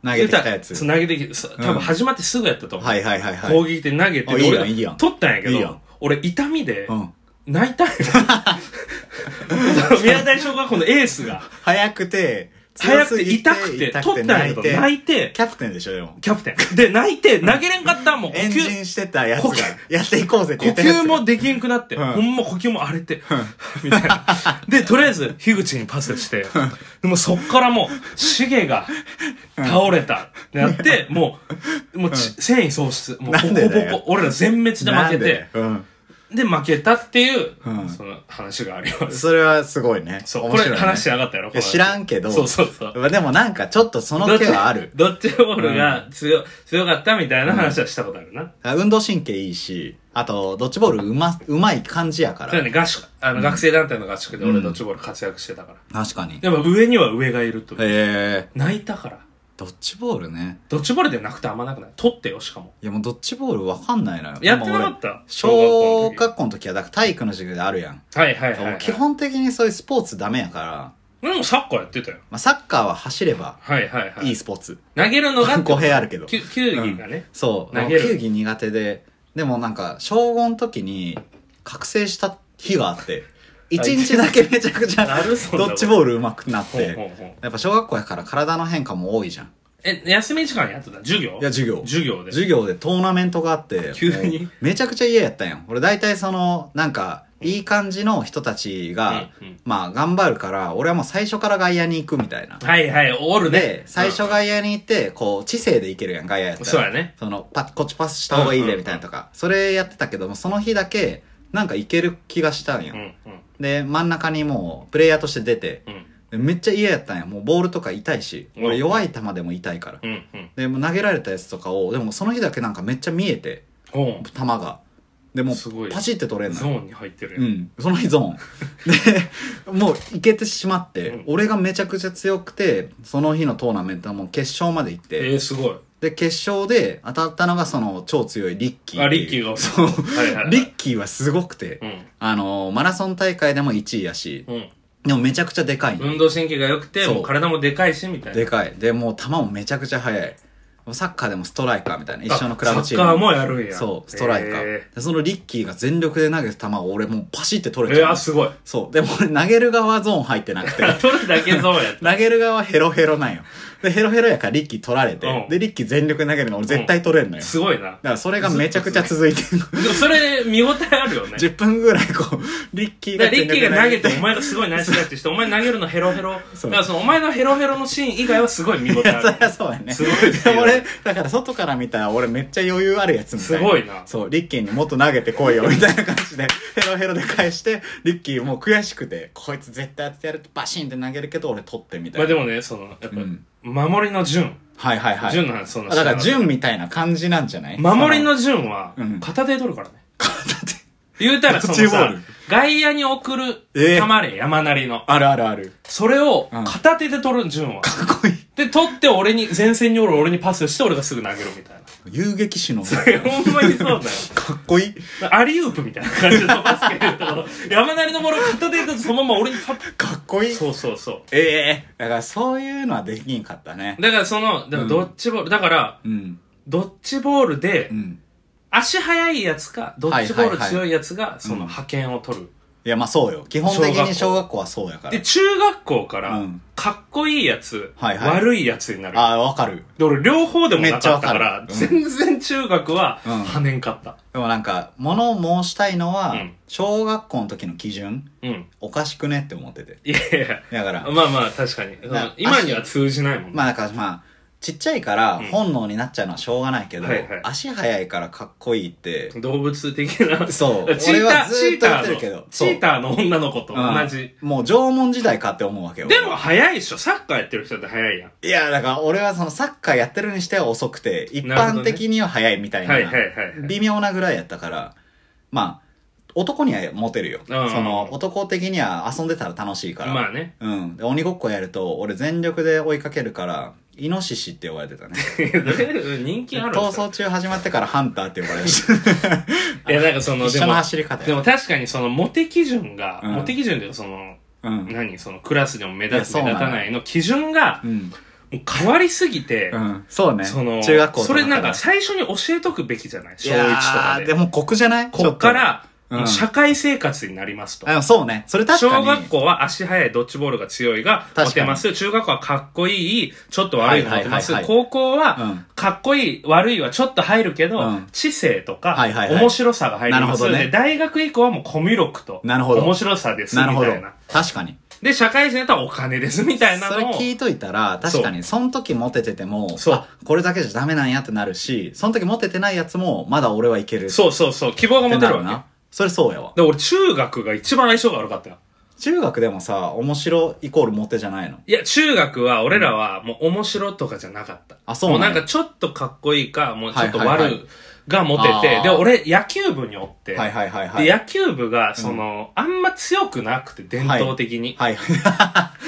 Speaker 2: 投げてきたや
Speaker 1: 言
Speaker 2: つ。
Speaker 1: うらそう投げてきそう多分始まってすぐやったと思う。
Speaker 2: はいはいはいはい。
Speaker 1: 攻撃で投げて、
Speaker 2: あいいやん
Speaker 1: 俺が
Speaker 2: いいやん
Speaker 1: 取ったんやけど、
Speaker 2: いいやん
Speaker 1: 俺、痛みで、
Speaker 2: うん。
Speaker 1: 泣い たんよ。宮台小学校のエースが、
Speaker 2: 早くて、
Speaker 1: 早
Speaker 2: 強
Speaker 1: く
Speaker 2: す
Speaker 1: て
Speaker 2: ぎ
Speaker 1: 痛くて、取ったんやけど、泣いて、
Speaker 2: キャプテンでしょ、でも。
Speaker 1: キャプテン。で、泣いて、投げれんかったんもう呼
Speaker 2: エンジ
Speaker 1: 吸、
Speaker 2: ンしてたやつ
Speaker 1: 呼
Speaker 2: が
Speaker 1: 吸、
Speaker 2: やっていこうぜって
Speaker 1: 呼
Speaker 2: 言ったやつ
Speaker 1: 吸もできんくなって、
Speaker 2: うん
Speaker 1: ほんま呼吸も荒れて、みたいな。で、とりあえず、樋口にパスして、でもそっからもう、シゲが、倒れた。ってなって、もう、もうち、繊維喪失。もう、ボ
Speaker 2: なんでだよ
Speaker 1: コボコ。俺ら全滅で
Speaker 2: な
Speaker 1: 負け
Speaker 2: ん
Speaker 1: て
Speaker 2: で、うん。
Speaker 1: で、負けたっていう
Speaker 2: うん、
Speaker 1: その話があります。
Speaker 2: それはすごいね。
Speaker 1: そう、
Speaker 2: 面
Speaker 1: こ
Speaker 2: 白い
Speaker 1: れ
Speaker 2: ね
Speaker 1: 話し上がったやろ
Speaker 2: いや知らんけど
Speaker 1: そうそうそう。
Speaker 2: でもなんかちょっとその
Speaker 1: どっ
Speaker 2: 手
Speaker 1: ち
Speaker 2: はある。
Speaker 1: どっちボールが強,、強かったみたいな話はしたことあるな。
Speaker 2: 運動神経いいし、あと、ドッジボールうま、うまい感じやか
Speaker 1: そうだ
Speaker 2: ら。
Speaker 1: ね、合宿、あの、学生団体の合宿で
Speaker 2: う
Speaker 1: 俺
Speaker 2: ん
Speaker 1: ドッジボール活躍してたから。
Speaker 2: 確かに。へ
Speaker 1: でも上には上がいると。
Speaker 2: え。
Speaker 1: 泣いたから。
Speaker 2: ドッジボールね。
Speaker 1: ドッジボールで泣くとあんまなくない取ってよ、しかも。
Speaker 2: いやもうドッジボールわかんないのよ。
Speaker 1: やってなか
Speaker 2: でも
Speaker 1: っ
Speaker 2: 俺
Speaker 1: た
Speaker 2: 小
Speaker 1: 校
Speaker 2: 学校の時は、だから体育の授業であるやん。
Speaker 1: の時はいはいはい、はい。
Speaker 2: 基本的にそういうスポーツダメやから、
Speaker 1: でもサッカーやってたよ。
Speaker 2: まあ、サッカーは走れば
Speaker 1: はいはいはい。
Speaker 2: いいスポーツ。
Speaker 1: 投げるのがってこと、
Speaker 2: 語弊あるけど
Speaker 1: 球球技がね。
Speaker 2: そう。
Speaker 1: 投げる
Speaker 2: 球技苦手で。でもなんか、小5の時に覚醒した日があ って、一日だけめちゃくちゃ
Speaker 1: なるそんな
Speaker 2: ド
Speaker 1: こと
Speaker 2: ッジボール上手くなっ
Speaker 1: ほうほう
Speaker 2: て。
Speaker 1: ほう。
Speaker 2: やっぱ小学校やから体の変化も多いじゃん。
Speaker 1: え、休み時間やってた授業
Speaker 2: いや、授業。
Speaker 1: 授業で。
Speaker 2: 授業でトーナメントがあって、
Speaker 1: 急に
Speaker 2: もうめちゃくちゃ嫌やったんよ。俺大体その、なんか、いい感じの人たちが、
Speaker 1: うんうん
Speaker 2: まあ頑張るから、俺はもう最初から外野に行くみたいな。
Speaker 1: はいはい、おるね。
Speaker 2: で、最初外野に行って、こう、知性で行けるやん、外野やったら。
Speaker 1: そうやね。
Speaker 2: そのパこっちパスした方がいいでみたいなとか、それやってたけどもその日だけなんかいける気がしたんよ、
Speaker 1: うんうん
Speaker 2: で真ん中にもうプレイヤーとして出て
Speaker 1: うん
Speaker 2: でめっちゃ嫌やったんやもうボールとか痛いし
Speaker 1: うん
Speaker 2: 俺弱い球でも痛いから、
Speaker 1: うんうん。
Speaker 2: でもう投げられたやつとかをでもその日だけなんかめっちゃ見えて
Speaker 1: おう
Speaker 2: 球がでも
Speaker 1: すご
Speaker 2: う
Speaker 1: い
Speaker 2: パチって取れん
Speaker 1: ゾ
Speaker 2: の
Speaker 1: ーンに入ってるや。
Speaker 2: うんん、その日ゾーンでもう いけてしまって、
Speaker 1: うん
Speaker 2: 俺がめちゃくちゃ強くてその日のトーナメントはもう決勝まで行って、
Speaker 1: えー、すごい。
Speaker 2: で、決勝で当たったのがその超強いリッキー
Speaker 1: あ、
Speaker 2: っていう。
Speaker 1: リッキーが。
Speaker 2: そう。
Speaker 1: はいはいはい。
Speaker 2: リッキーはすごくて、
Speaker 1: うん。
Speaker 2: あの、マラソン大会でも1位やし、
Speaker 1: うん。
Speaker 2: でもめちゃくちゃでかいの、
Speaker 1: 運動神経が良くて、
Speaker 2: そう
Speaker 1: もう体もでかいし、みたいな。
Speaker 2: でかい。で、もう球もめちゃくちゃ速い。サッカーでもストライカーみたいな一緒のクラブチーム
Speaker 1: あサッカーもやるんや。
Speaker 2: そうストライカー、
Speaker 1: え
Speaker 2: でそのリッキーが全力で投げて球を俺もうパシって取
Speaker 1: ー
Speaker 2: れち
Speaker 1: え
Speaker 2: ゃう、
Speaker 1: ー、あ、すごい。
Speaker 2: そうでも俺投げる側ゾーン入ってなくて
Speaker 1: 取るだけそうやっ
Speaker 2: 投げる側ヘロヘロなんよでヘロヘロやからリッキー取られて、
Speaker 1: うん
Speaker 2: でリッキー全力で投げるの俺絶対取れんのよ、
Speaker 1: た。
Speaker 2: だ
Speaker 1: すごいな。
Speaker 2: からそれがめちゃくちゃ続いて るの
Speaker 1: でもそれ、見応えあるよね。
Speaker 2: 10分ぐらいこうリッキー
Speaker 1: だ
Speaker 2: が
Speaker 1: からリッキーが投げて、お
Speaker 2: 前
Speaker 1: 前がすごいナイスキャッチして、お前投げるのヘロヘロ。だ
Speaker 2: そう
Speaker 1: からその、お前のヘロヘロのシーン以外はすごい見応えあ
Speaker 2: そりゃ
Speaker 1: る。
Speaker 2: そうやね
Speaker 1: すごいですよ
Speaker 2: で俺だから外から見たら俺めっちゃ余裕あるやつみたいな
Speaker 1: すごいな
Speaker 2: そうリッキーにもっと投げてこいよみたいな感じで ヘロヘロで返してリッキーもう悔しくてこいつ絶対当ててやるとバシンって投げるけど俺取ってみたい
Speaker 1: ま
Speaker 2: な、
Speaker 1: あでもね、その、やっぱ
Speaker 2: うん、
Speaker 1: 守りの順。
Speaker 2: はいはいはい
Speaker 1: 順の話、その、
Speaker 2: あだから順みたいな感じなんじゃない
Speaker 1: 守りの順は
Speaker 2: うん、
Speaker 1: 片手で取るからね。
Speaker 2: その 片手
Speaker 1: 言うたらその
Speaker 2: ドッジボー
Speaker 1: さ
Speaker 2: ル、
Speaker 1: 外野に送る球
Speaker 2: ええ
Speaker 1: ね、山なりの。
Speaker 2: あるあるある
Speaker 1: それを
Speaker 2: うん
Speaker 1: 片手で取る、順は。
Speaker 2: かっこいい
Speaker 1: で、取って俺に、前線におる俺にパスして俺がすぐ投げるみたい な。
Speaker 2: 遊撃士の
Speaker 1: それほんまにそうだよ。
Speaker 2: かっこいい
Speaker 1: アリウープみたいな感じのバスケで言うと山なりのボールを片手でそのまま俺にパッ
Speaker 2: かっこいい
Speaker 1: そうそうそ
Speaker 2: ええだからそういうのはできんかったね
Speaker 1: う。だからその、だからドッジボール、だから、
Speaker 2: うん
Speaker 1: ドッジボールで
Speaker 2: う、ん
Speaker 1: 足速いやつか、ドッジボール
Speaker 2: はいはいはい
Speaker 1: 強いやつが、その
Speaker 2: うん
Speaker 1: 派遣を取る。
Speaker 2: いやまあそうよ基本
Speaker 1: 小
Speaker 2: 的
Speaker 1: 学校
Speaker 2: に小学校はそうやから
Speaker 1: で、中学校か
Speaker 2: う
Speaker 1: ら
Speaker 2: ん、
Speaker 1: かっこいいやつ、
Speaker 2: はいはい
Speaker 1: 悪いやつになる。
Speaker 2: ああ、わかる。
Speaker 1: で、俺両方でもなかったから、
Speaker 2: めっちゃわかる
Speaker 1: 全然中学は、
Speaker 2: うん
Speaker 1: 跳ねんかった。
Speaker 2: でもなんか、物を申したいのは、
Speaker 1: うん
Speaker 2: 小学校の時の基準、
Speaker 1: うん。
Speaker 2: おかしくねって思ってて。
Speaker 1: いやいや。
Speaker 2: だから、
Speaker 1: まあまあ、確かに。その今には通じないもんね。
Speaker 2: まあだからまあ、ちっちゃいから
Speaker 1: ん
Speaker 2: 本能になっちゃうのはしょうがないけど、
Speaker 1: はいはい
Speaker 2: 足早いからかっこいいって、
Speaker 1: 動物的な。
Speaker 2: そう
Speaker 1: チー
Speaker 2: 俺
Speaker 1: タ
Speaker 2: は
Speaker 1: ー、チ
Speaker 2: ず
Speaker 1: ー
Speaker 2: っと
Speaker 1: ター
Speaker 2: 言って
Speaker 1: の、
Speaker 2: る
Speaker 1: チ
Speaker 2: けど
Speaker 1: ーターの女の子と同じ。
Speaker 2: うんもう縄文時代かって思うわけよ。
Speaker 1: でも早いでしょサッカーやってる人って早いやん。
Speaker 2: いや、だから俺はそのサッカーやってるにしては遅くて、一
Speaker 1: なるほど
Speaker 2: 般
Speaker 1: ね
Speaker 2: 的には早いみたいな、
Speaker 1: はいはいはいはい
Speaker 2: 微妙なぐらいやったから、まあ、男にはモテるよ。そ
Speaker 1: うん
Speaker 2: の、男的には遊んでたら楽しいから。
Speaker 1: まあ ね。
Speaker 2: うん。で鬼ごっこやると、俺全力で追いかけるから、イノシシって呼ばれてたね。
Speaker 1: 人気あるん
Speaker 2: 逃
Speaker 1: ですか
Speaker 2: 走中始まってからハンターって呼ばれるした。
Speaker 1: いや、なんかその、
Speaker 2: 一
Speaker 1: で
Speaker 2: 緒の
Speaker 1: も、
Speaker 2: 走り方
Speaker 1: で
Speaker 2: や。
Speaker 1: も確かにその、モテ基準が、
Speaker 2: うん
Speaker 1: モテ基準っていうかその、
Speaker 2: うん。
Speaker 1: 何その、クラスでも目
Speaker 2: いや
Speaker 1: 立つ
Speaker 2: そう
Speaker 1: 目
Speaker 2: なの
Speaker 1: 立たないの基準が、
Speaker 2: うん。
Speaker 1: もう変わりすぎて
Speaker 2: う、ん。そうね。
Speaker 1: その、
Speaker 2: 中学校と
Speaker 1: それなん
Speaker 2: から
Speaker 1: か最初に教えとくべきじゃない
Speaker 2: い
Speaker 1: 小
Speaker 2: や
Speaker 1: 1とか
Speaker 2: ー
Speaker 1: で
Speaker 2: で。も酷じゃない
Speaker 1: こっか。ら、
Speaker 2: うん
Speaker 1: もう社会生活になりますと。
Speaker 2: あそうね。それ確か
Speaker 1: 小
Speaker 2: に。
Speaker 1: 学校は足速いドッジボールが強いが、
Speaker 2: 確かに
Speaker 1: モテます。中学校はかっこいい、ちょっと悪いがモテます
Speaker 2: はい。はいはい
Speaker 1: 高校
Speaker 2: う
Speaker 1: は
Speaker 2: ん、
Speaker 1: かっこいい、悪いはちょっと入るけど、
Speaker 2: うん
Speaker 1: 知性とか、
Speaker 2: はいはいはい
Speaker 1: 面白さが入ります。
Speaker 2: なるほどね
Speaker 1: で、大学以降はもうコミュ力と、
Speaker 2: なるほど
Speaker 1: 面白さです、み
Speaker 2: なるほど
Speaker 1: たいな。。
Speaker 2: 確かに。
Speaker 1: で、社会人だったらお金です、みたいな
Speaker 2: それ
Speaker 1: のを。
Speaker 2: 聞いといたら、確かに、その時モテてても、
Speaker 1: そう
Speaker 2: あこれだけじゃダメなんやってなるし、その時モテてないやつも、まだ俺はいけるって
Speaker 1: そうそうそう、希望が持て
Speaker 2: な
Speaker 1: るわ
Speaker 2: るな。それそうやわ。
Speaker 1: け。で、俺中学が一番相性が悪かったよ。
Speaker 2: 中学でもさ、面白イコールモテじゃないの。
Speaker 1: いや、中学は、俺らは、もう面白とかじゃなかった。
Speaker 2: あそうな
Speaker 1: も
Speaker 2: ん
Speaker 1: う
Speaker 2: や
Speaker 1: なんかちょっとかっこいいか、もうちょっと
Speaker 2: はいはいは
Speaker 1: 悪
Speaker 2: い
Speaker 1: がモテて、
Speaker 2: あー
Speaker 1: で、俺野球部におって、
Speaker 2: はいはいはいはい。
Speaker 1: で、野球部が、その、あんま強くなくて、伝統的に。
Speaker 2: はい。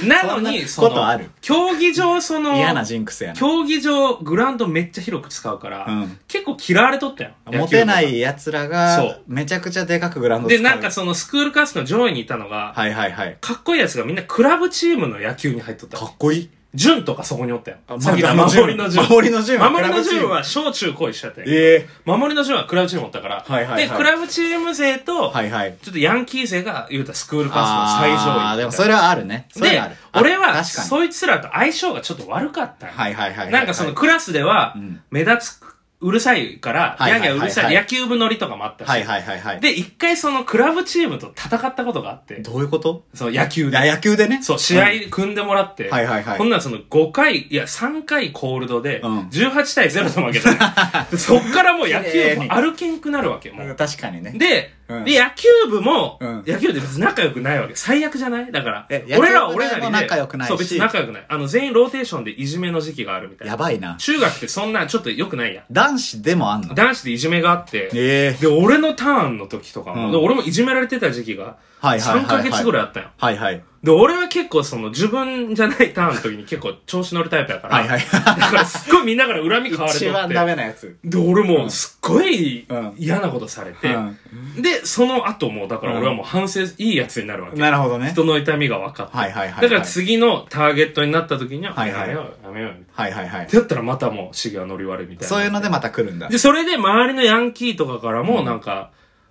Speaker 1: なのに、
Speaker 2: そん
Speaker 1: そ
Speaker 2: なことある
Speaker 1: の、競技場、その、
Speaker 2: 嫌なジンクスやな。
Speaker 1: 競技場、グラウンドめっちゃ広く使うから、
Speaker 2: うん
Speaker 1: 結構嫌われとったよ。
Speaker 2: モテな
Speaker 1: 野球
Speaker 2: い奴ら
Speaker 1: そ
Speaker 2: が
Speaker 1: う、
Speaker 2: めちゃくちゃでかくグラウン
Speaker 1: 部
Speaker 2: ド
Speaker 1: が。
Speaker 2: 使う
Speaker 1: で、なんかその、スクールカーストの上位にいたのが、
Speaker 2: はいはいはい。
Speaker 1: かっこいいやつがみんなクラブチームの野球に入っとった
Speaker 2: か。っこいい。
Speaker 1: 順とかそこにおったよ
Speaker 2: あ。
Speaker 1: さっきの
Speaker 2: まだ
Speaker 1: 守りの順。
Speaker 2: 守りの順は
Speaker 1: 守りの
Speaker 2: クラブチー
Speaker 1: 順
Speaker 2: ム
Speaker 1: は小中高一緒やったんやけ
Speaker 2: え
Speaker 1: ど守りの順はクラブチームおったから。
Speaker 2: はいはいは
Speaker 1: で、
Speaker 2: い
Speaker 1: クラブチーム勢
Speaker 2: え
Speaker 1: と、
Speaker 2: はいはい。
Speaker 1: ちょっとヤンキー勢が、言うたらスクールカーストの最上位。
Speaker 2: あーでもそれはあるね。それ
Speaker 1: で
Speaker 2: はある。、あ
Speaker 1: 俺は、
Speaker 2: 確かに。
Speaker 1: そいつらと相性がちょっと悪かったんや
Speaker 2: はいはいはいはいはい。
Speaker 1: なんかそのクラスでは
Speaker 2: うん、
Speaker 1: 目立つ、うるさいから、
Speaker 2: はい
Speaker 1: ギャー
Speaker 2: はい
Speaker 1: ギャーうるさ
Speaker 2: はい
Speaker 1: い
Speaker 2: はい
Speaker 1: 野球部乗りとかもあった
Speaker 2: はい
Speaker 1: し。
Speaker 2: はいはいはい。
Speaker 1: で、一回そのクラブチームと戦ったことがあって、
Speaker 2: どういうこと
Speaker 1: その野球
Speaker 2: い
Speaker 1: で。
Speaker 2: や、野球でね。
Speaker 1: そう、試合組んでもらって、
Speaker 2: んはいはいはい
Speaker 1: こんなんその5回、いや3回コールドで、
Speaker 2: うん
Speaker 1: 18対0と負けたの、 でそっからもう野
Speaker 2: 綺麗
Speaker 1: 球
Speaker 2: に
Speaker 1: 部歩けんくなるわけ、
Speaker 2: う
Speaker 1: も
Speaker 2: ん。
Speaker 1: う。
Speaker 2: 確かにね。
Speaker 1: で、
Speaker 2: うん
Speaker 1: で、野球部も、
Speaker 2: うん
Speaker 1: 野球部で別に仲良くないわけ。最悪じゃないだから
Speaker 2: え、
Speaker 1: 俺らは
Speaker 2: 野球部
Speaker 1: 俺らに、
Speaker 2: でも仲良くないし
Speaker 1: そう、別に仲良くない。あの、全員ローテーションでいじめの時期があるみたい
Speaker 2: や
Speaker 1: な。
Speaker 2: ばいな。
Speaker 1: 中学ってそんなちょっと良くないやん。
Speaker 2: 男子でもあんの
Speaker 1: 男子でいじめがあって、
Speaker 2: ええ
Speaker 1: で、俺のターンの時とか
Speaker 2: う
Speaker 1: も、
Speaker 2: ん
Speaker 1: で俺もいじめられてた時期が
Speaker 2: はいはいはい
Speaker 1: 3
Speaker 2: はい
Speaker 1: ヶ月ぐらいあったよ。
Speaker 2: はいはい。
Speaker 1: で、俺は結構その自分じゃないターンの時に結構調子乗るタイプだから。
Speaker 2: はいはい
Speaker 1: だからすっごいみんなから恨み買われとって。
Speaker 2: 一番ダメなやつ。
Speaker 1: で、俺もうすっごい
Speaker 2: うん
Speaker 1: 嫌なことされ
Speaker 2: う
Speaker 1: て。
Speaker 2: ん。
Speaker 1: で、その後も、だから俺はもう反省、いいやつになるわけ。
Speaker 2: なるほどね。
Speaker 1: 人の痛みが分かって。
Speaker 2: はいはいはいはい。
Speaker 1: だから次のターゲットになった時には、
Speaker 2: はいは
Speaker 1: や
Speaker 2: い
Speaker 1: めよう、やめよう。
Speaker 2: はいはいはい
Speaker 1: っ。てやったらまたもう、シゲは乗り悪いみたいな。
Speaker 2: そういうのでまた来るんだ。
Speaker 1: で、それで周りのヤンキーとかからも、なんか、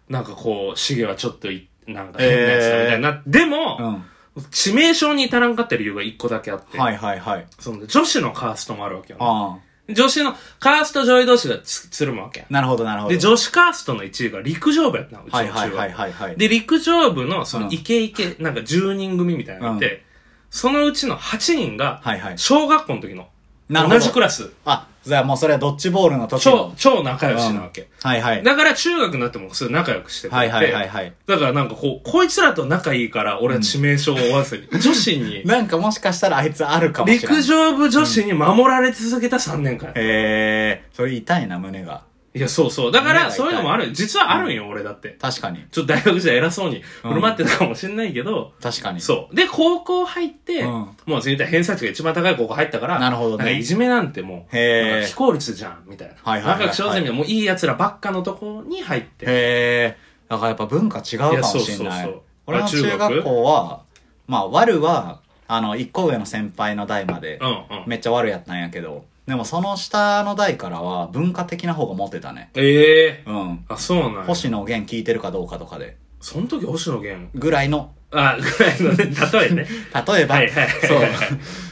Speaker 1: なんかこう、シゲはちょっとい、なんか変なやつだみたいにな。でも、
Speaker 2: うん。
Speaker 1: 致命傷に至らんかった理由が一個だけあって、
Speaker 2: はいはいはい。
Speaker 1: その女子のカーストもあるわけよ、ね。
Speaker 2: あ
Speaker 1: 女子のカースト上位同士がつつるむわけ。
Speaker 2: あ。なるほどなるほど。
Speaker 1: で、女子カーストの1位が陸上部やったの、うちの
Speaker 2: はい
Speaker 1: 中
Speaker 2: はい
Speaker 1: 学。
Speaker 2: はいはいはい。
Speaker 1: で、陸上部のその
Speaker 2: うん
Speaker 1: イケイケ、なんか10人組みたいなのがいて、そのうちの8人が、
Speaker 2: はいはい。
Speaker 1: 小学校の時の、
Speaker 2: なるほど
Speaker 1: 同じクラス、
Speaker 2: あ、じゃあもうそれはドッジボールの時
Speaker 1: 超
Speaker 2: の。、
Speaker 1: 超仲良しなわけ。
Speaker 2: はいはい。
Speaker 1: だから中学になってもすごい仲良くしてくれ
Speaker 2: は
Speaker 1: て、
Speaker 2: いはいはいはい。
Speaker 1: だからなんかこう、こいつらと仲いいから俺は致命傷を負わ ずに、女子に、
Speaker 2: なんかもしかしたらあいつあるかもしれない。
Speaker 1: 陸上部女子に守られ続けた3年間。
Speaker 2: えー、それ痛いな、胸が。
Speaker 1: いや、そうそう。だか
Speaker 2: 胸が
Speaker 1: ら、
Speaker 2: 痛い
Speaker 1: そういうのもある。実はあるんよ、俺だって。
Speaker 2: 確かに。
Speaker 1: ちょっと大学時代偉そうに振る舞ってたかもしれないけど、
Speaker 2: 確かに。
Speaker 1: そう。で、高校入って、
Speaker 2: うん
Speaker 1: もう全体偏差値が一番高い高校入ったから、
Speaker 2: なるほどね
Speaker 1: んかいじめなんてもう、
Speaker 2: へー
Speaker 1: なんか非効率じゃん、みたいな。
Speaker 2: はいはいはいはい
Speaker 1: 仲良くしようぜみたいな、もういい奴らばっかのとこに入って。
Speaker 2: へえ。だからやっぱ文化違うかもしれ
Speaker 1: いやそう
Speaker 2: な
Speaker 1: そうそ。
Speaker 2: いう俺の
Speaker 1: あ中
Speaker 2: 中
Speaker 1: 学
Speaker 2: 学校は、まあ、悪は、あの、一個上の先輩の代まで
Speaker 1: うん、うん。
Speaker 2: めっちゃ悪やったんやけど、でもその下の代からは文化的な方がモテたね。
Speaker 1: ええ
Speaker 2: うん。
Speaker 1: あ、そうなんや
Speaker 2: 星野源聞いてるかどうかとかで。
Speaker 1: その時星野源。
Speaker 2: ぐらいの、
Speaker 1: あ、ぐらいのね、例えね。
Speaker 2: 例えば、
Speaker 1: はいはい
Speaker 2: そ
Speaker 1: は
Speaker 2: う
Speaker 1: い。。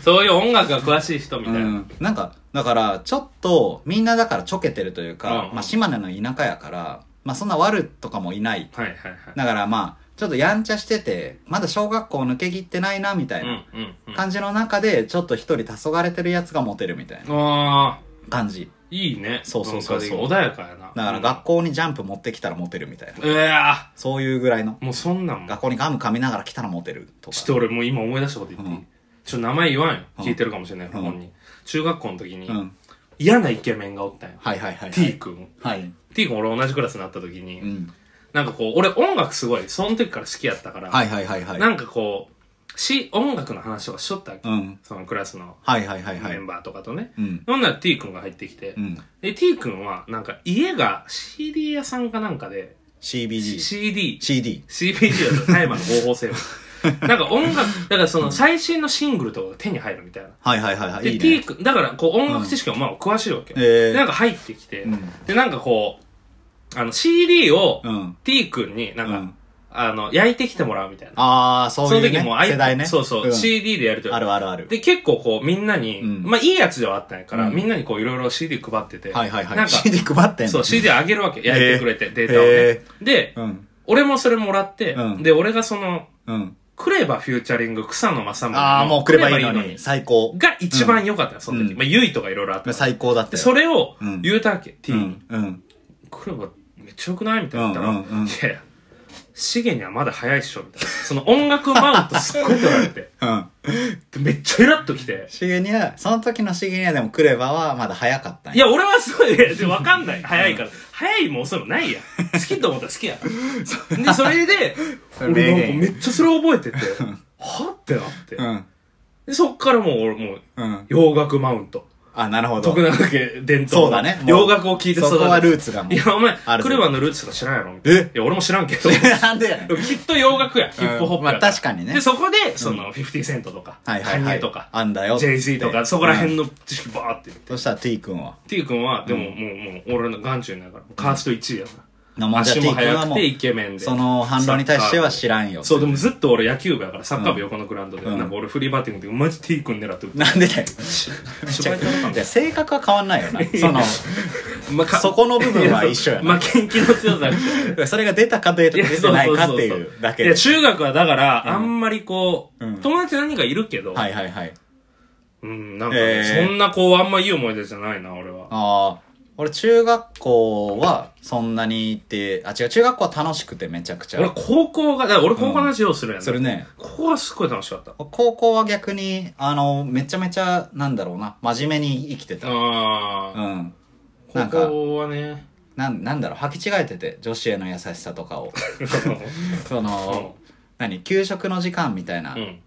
Speaker 1: そういう音楽が詳しい人みた い
Speaker 2: う
Speaker 1: な。うん、
Speaker 2: ん、なんかだからちょっとみんなだからちょけてるというか、
Speaker 1: うんうん
Speaker 2: まあ、島根の田舎やから、まあ、そんな悪とかもいない
Speaker 1: はいはいはい。
Speaker 2: だからまあちょっとやんちゃしててまだ小学校抜け切ってないなみた
Speaker 1: う
Speaker 2: い
Speaker 1: ん
Speaker 2: な
Speaker 1: うんうん。あ
Speaker 2: 感じの中でちょっと一人黄昏てるやつがモテるみたいな
Speaker 1: あ
Speaker 2: 感じ
Speaker 1: ー、いいね。
Speaker 2: そうそうそうそう
Speaker 1: 文化的に穏やかやな。
Speaker 2: だから学校にジャンプ持ってきたらモテるみたいな
Speaker 1: うん。うわ
Speaker 2: そういうぐらいの
Speaker 1: ーもうそんなんもん。
Speaker 2: 学校にガム噛みながら来たらモテるとか
Speaker 1: ちょっと俺もう今思い出したこと言っていい、
Speaker 2: うん
Speaker 1: ちょっと名前言わんよ。
Speaker 2: うん
Speaker 1: 聞いてるかもしれない、
Speaker 2: うん
Speaker 1: 本人。中学校の時に、
Speaker 2: うん
Speaker 1: 嫌なイケメンがおったんよ。
Speaker 2: はいはいはいはい
Speaker 1: T 君。
Speaker 2: はい、
Speaker 1: T 君俺同じクラスになった時に、
Speaker 2: うん、
Speaker 1: なんかこう、俺音楽すごい、その時から好きやったから、
Speaker 2: はいはいはいはい
Speaker 1: なんかこう、し、音楽の話とかしとったわけ。
Speaker 2: うん
Speaker 1: そのクラスの
Speaker 2: はいはいはいは
Speaker 1: メ
Speaker 2: い
Speaker 1: ンバーとかとね。
Speaker 2: うん
Speaker 1: ほんなら T 君が入ってきて
Speaker 2: う、ん
Speaker 1: で、T 君は、なんか家が CD 屋さんかなんかで、
Speaker 2: CBG
Speaker 1: CD、
Speaker 2: CD
Speaker 1: CBG だと大麻の合法 成分。なんか音楽、だからその最新のシングルとかが手に入るみたいな。
Speaker 2: はいはいはいはい。
Speaker 1: で、
Speaker 2: いい
Speaker 1: T
Speaker 2: ね。
Speaker 1: 君、だからこう音楽知識もまあ詳しいわけよ。で、
Speaker 2: えー
Speaker 1: なんか入ってきて
Speaker 2: うん、
Speaker 1: で、なんかこう、あの CD を
Speaker 2: うん。
Speaker 1: T 君になん
Speaker 2: う
Speaker 1: か
Speaker 2: ん、
Speaker 1: あの、焼いてきてもらうみたいな。
Speaker 2: ああ、そう
Speaker 1: そ
Speaker 2: い
Speaker 1: の
Speaker 2: う、
Speaker 1: 時
Speaker 2: ね、
Speaker 1: も
Speaker 2: 世代ね。
Speaker 1: そうそう、
Speaker 2: ん
Speaker 1: CD でやると。
Speaker 2: あるあるある。
Speaker 1: で、結構こう、みんなに、
Speaker 2: うん
Speaker 1: まあ、いいやつではあったんやから、
Speaker 2: うん
Speaker 1: みんなにこう、いろいろ CD 配ってて。
Speaker 2: はいはいはい。
Speaker 1: なんか、
Speaker 2: CD 配ってんの
Speaker 1: そう、CD あげるわけ。焼いてくれて、データを
Speaker 2: へ
Speaker 1: ね。で、
Speaker 2: うん。
Speaker 1: 俺もそれもらって、
Speaker 2: うん
Speaker 1: で、俺がその、
Speaker 2: うん。
Speaker 1: クレバフューチャリング草野正宗の。
Speaker 2: ああ、もう来ればいいの
Speaker 1: クレ
Speaker 2: に。最高。
Speaker 1: が一番良かったよ、その時。
Speaker 2: うん
Speaker 1: まあ、ゆいとかいろいろあった。
Speaker 2: 最高だって。
Speaker 1: で、そ
Speaker 2: れ、
Speaker 1: れを
Speaker 2: うん
Speaker 1: 言うたわけ、T
Speaker 2: う
Speaker 1: に
Speaker 2: ん。。うん。
Speaker 1: クレバめっちゃ良くないみたいな言ったら、
Speaker 2: うんうんうん
Speaker 1: いやいや、シゲにはまだ早いっしょ、みたいな。その音楽マウントすっごい取られ て。
Speaker 2: うん。
Speaker 1: でめっちゃイラッときて。
Speaker 2: シゲニア、その時のシゲニアでも来ればはまだ早かったん
Speaker 1: い
Speaker 2: や。
Speaker 1: や、俺はすごい、でわかんない。早いから。早いも遅いもないや。好きと思ったら好きや。で、それ で、
Speaker 2: れ名
Speaker 1: 俺なんか
Speaker 2: 言
Speaker 1: めっちゃそれ覚えて て、はってなって。
Speaker 2: うん。
Speaker 1: で、そっからもう俺もう、
Speaker 2: うん。
Speaker 1: 洋楽マウント。
Speaker 2: あ、なるほど。
Speaker 1: 徳永家伝統の。
Speaker 2: そうだね。もう
Speaker 1: 洋楽を聴いて育
Speaker 2: そ
Speaker 1: て
Speaker 2: こはルーツがもう。
Speaker 1: いや、お前
Speaker 2: あ、る
Speaker 1: クレバのルーツとか知らんやろみたいな。い
Speaker 2: え
Speaker 1: や、俺も知らんけど。
Speaker 2: なんでやねん。
Speaker 1: きっと洋楽や。ヒップホップやら。
Speaker 2: うんまあ確かにね
Speaker 1: で、そこで、その、50セントとか、カ
Speaker 2: はいはい
Speaker 1: ニ
Speaker 2: は
Speaker 1: エ
Speaker 2: い。
Speaker 1: とか、
Speaker 2: あんだよ。
Speaker 1: JZ とか、そこら辺
Speaker 2: の。
Speaker 1: の知識バーって。
Speaker 2: そしたら T 君は。
Speaker 1: T 君は、でももう、もう、俺の眼中にないから、カースト1位やから。
Speaker 2: もうじゃあ
Speaker 1: 足
Speaker 2: T
Speaker 1: も
Speaker 2: 君
Speaker 1: 速
Speaker 2: は
Speaker 1: く
Speaker 2: も
Speaker 1: て
Speaker 2: う
Speaker 1: イ、ケメンで。
Speaker 2: その反論に対しては知らんよ。
Speaker 1: そう、でもずっと俺野球部やから、サッカー部横のグラウンドで、
Speaker 2: うん
Speaker 1: なんか俺フリーバッティングで、マジ T 君狙ってる。
Speaker 2: なんでだよ。
Speaker 1: 失敗されたん
Speaker 2: じゃ
Speaker 1: だ
Speaker 2: あ
Speaker 1: よ
Speaker 2: 性格は変わんないよな。その、
Speaker 1: まあか
Speaker 2: そこの部分は一緒やな
Speaker 1: まあ、元気の強さみたいな。
Speaker 2: それが出たか出てないかっていうだけ
Speaker 1: い
Speaker 2: で
Speaker 1: や、。中学はだから、あんまりこう、
Speaker 2: うん
Speaker 1: 友達何人かいるけど、
Speaker 2: はいはいはい。
Speaker 1: うん、なんかね、
Speaker 2: えー
Speaker 1: そんなこう、あんまいい思い出じゃないな、俺は。
Speaker 2: ああ。俺中学校はそんなにって、あ、違う、中学校は楽しくてめちゃくち
Speaker 1: 俺
Speaker 2: ゃ。
Speaker 1: 高校が、だから俺高校の話ようするやん、
Speaker 2: それね。
Speaker 1: ここはすごい楽しかった。
Speaker 2: 高校は逆に、あの、めちゃめちゃ、なんだろうな、真面目に生きてた。
Speaker 1: あ
Speaker 2: う
Speaker 1: あ、
Speaker 2: ん。なん
Speaker 1: こ
Speaker 2: か、
Speaker 1: こはね、
Speaker 2: なん、なんだろう、履き違えてて、女子への優しさとかを。その、何給食の時間みたいな、
Speaker 1: うん。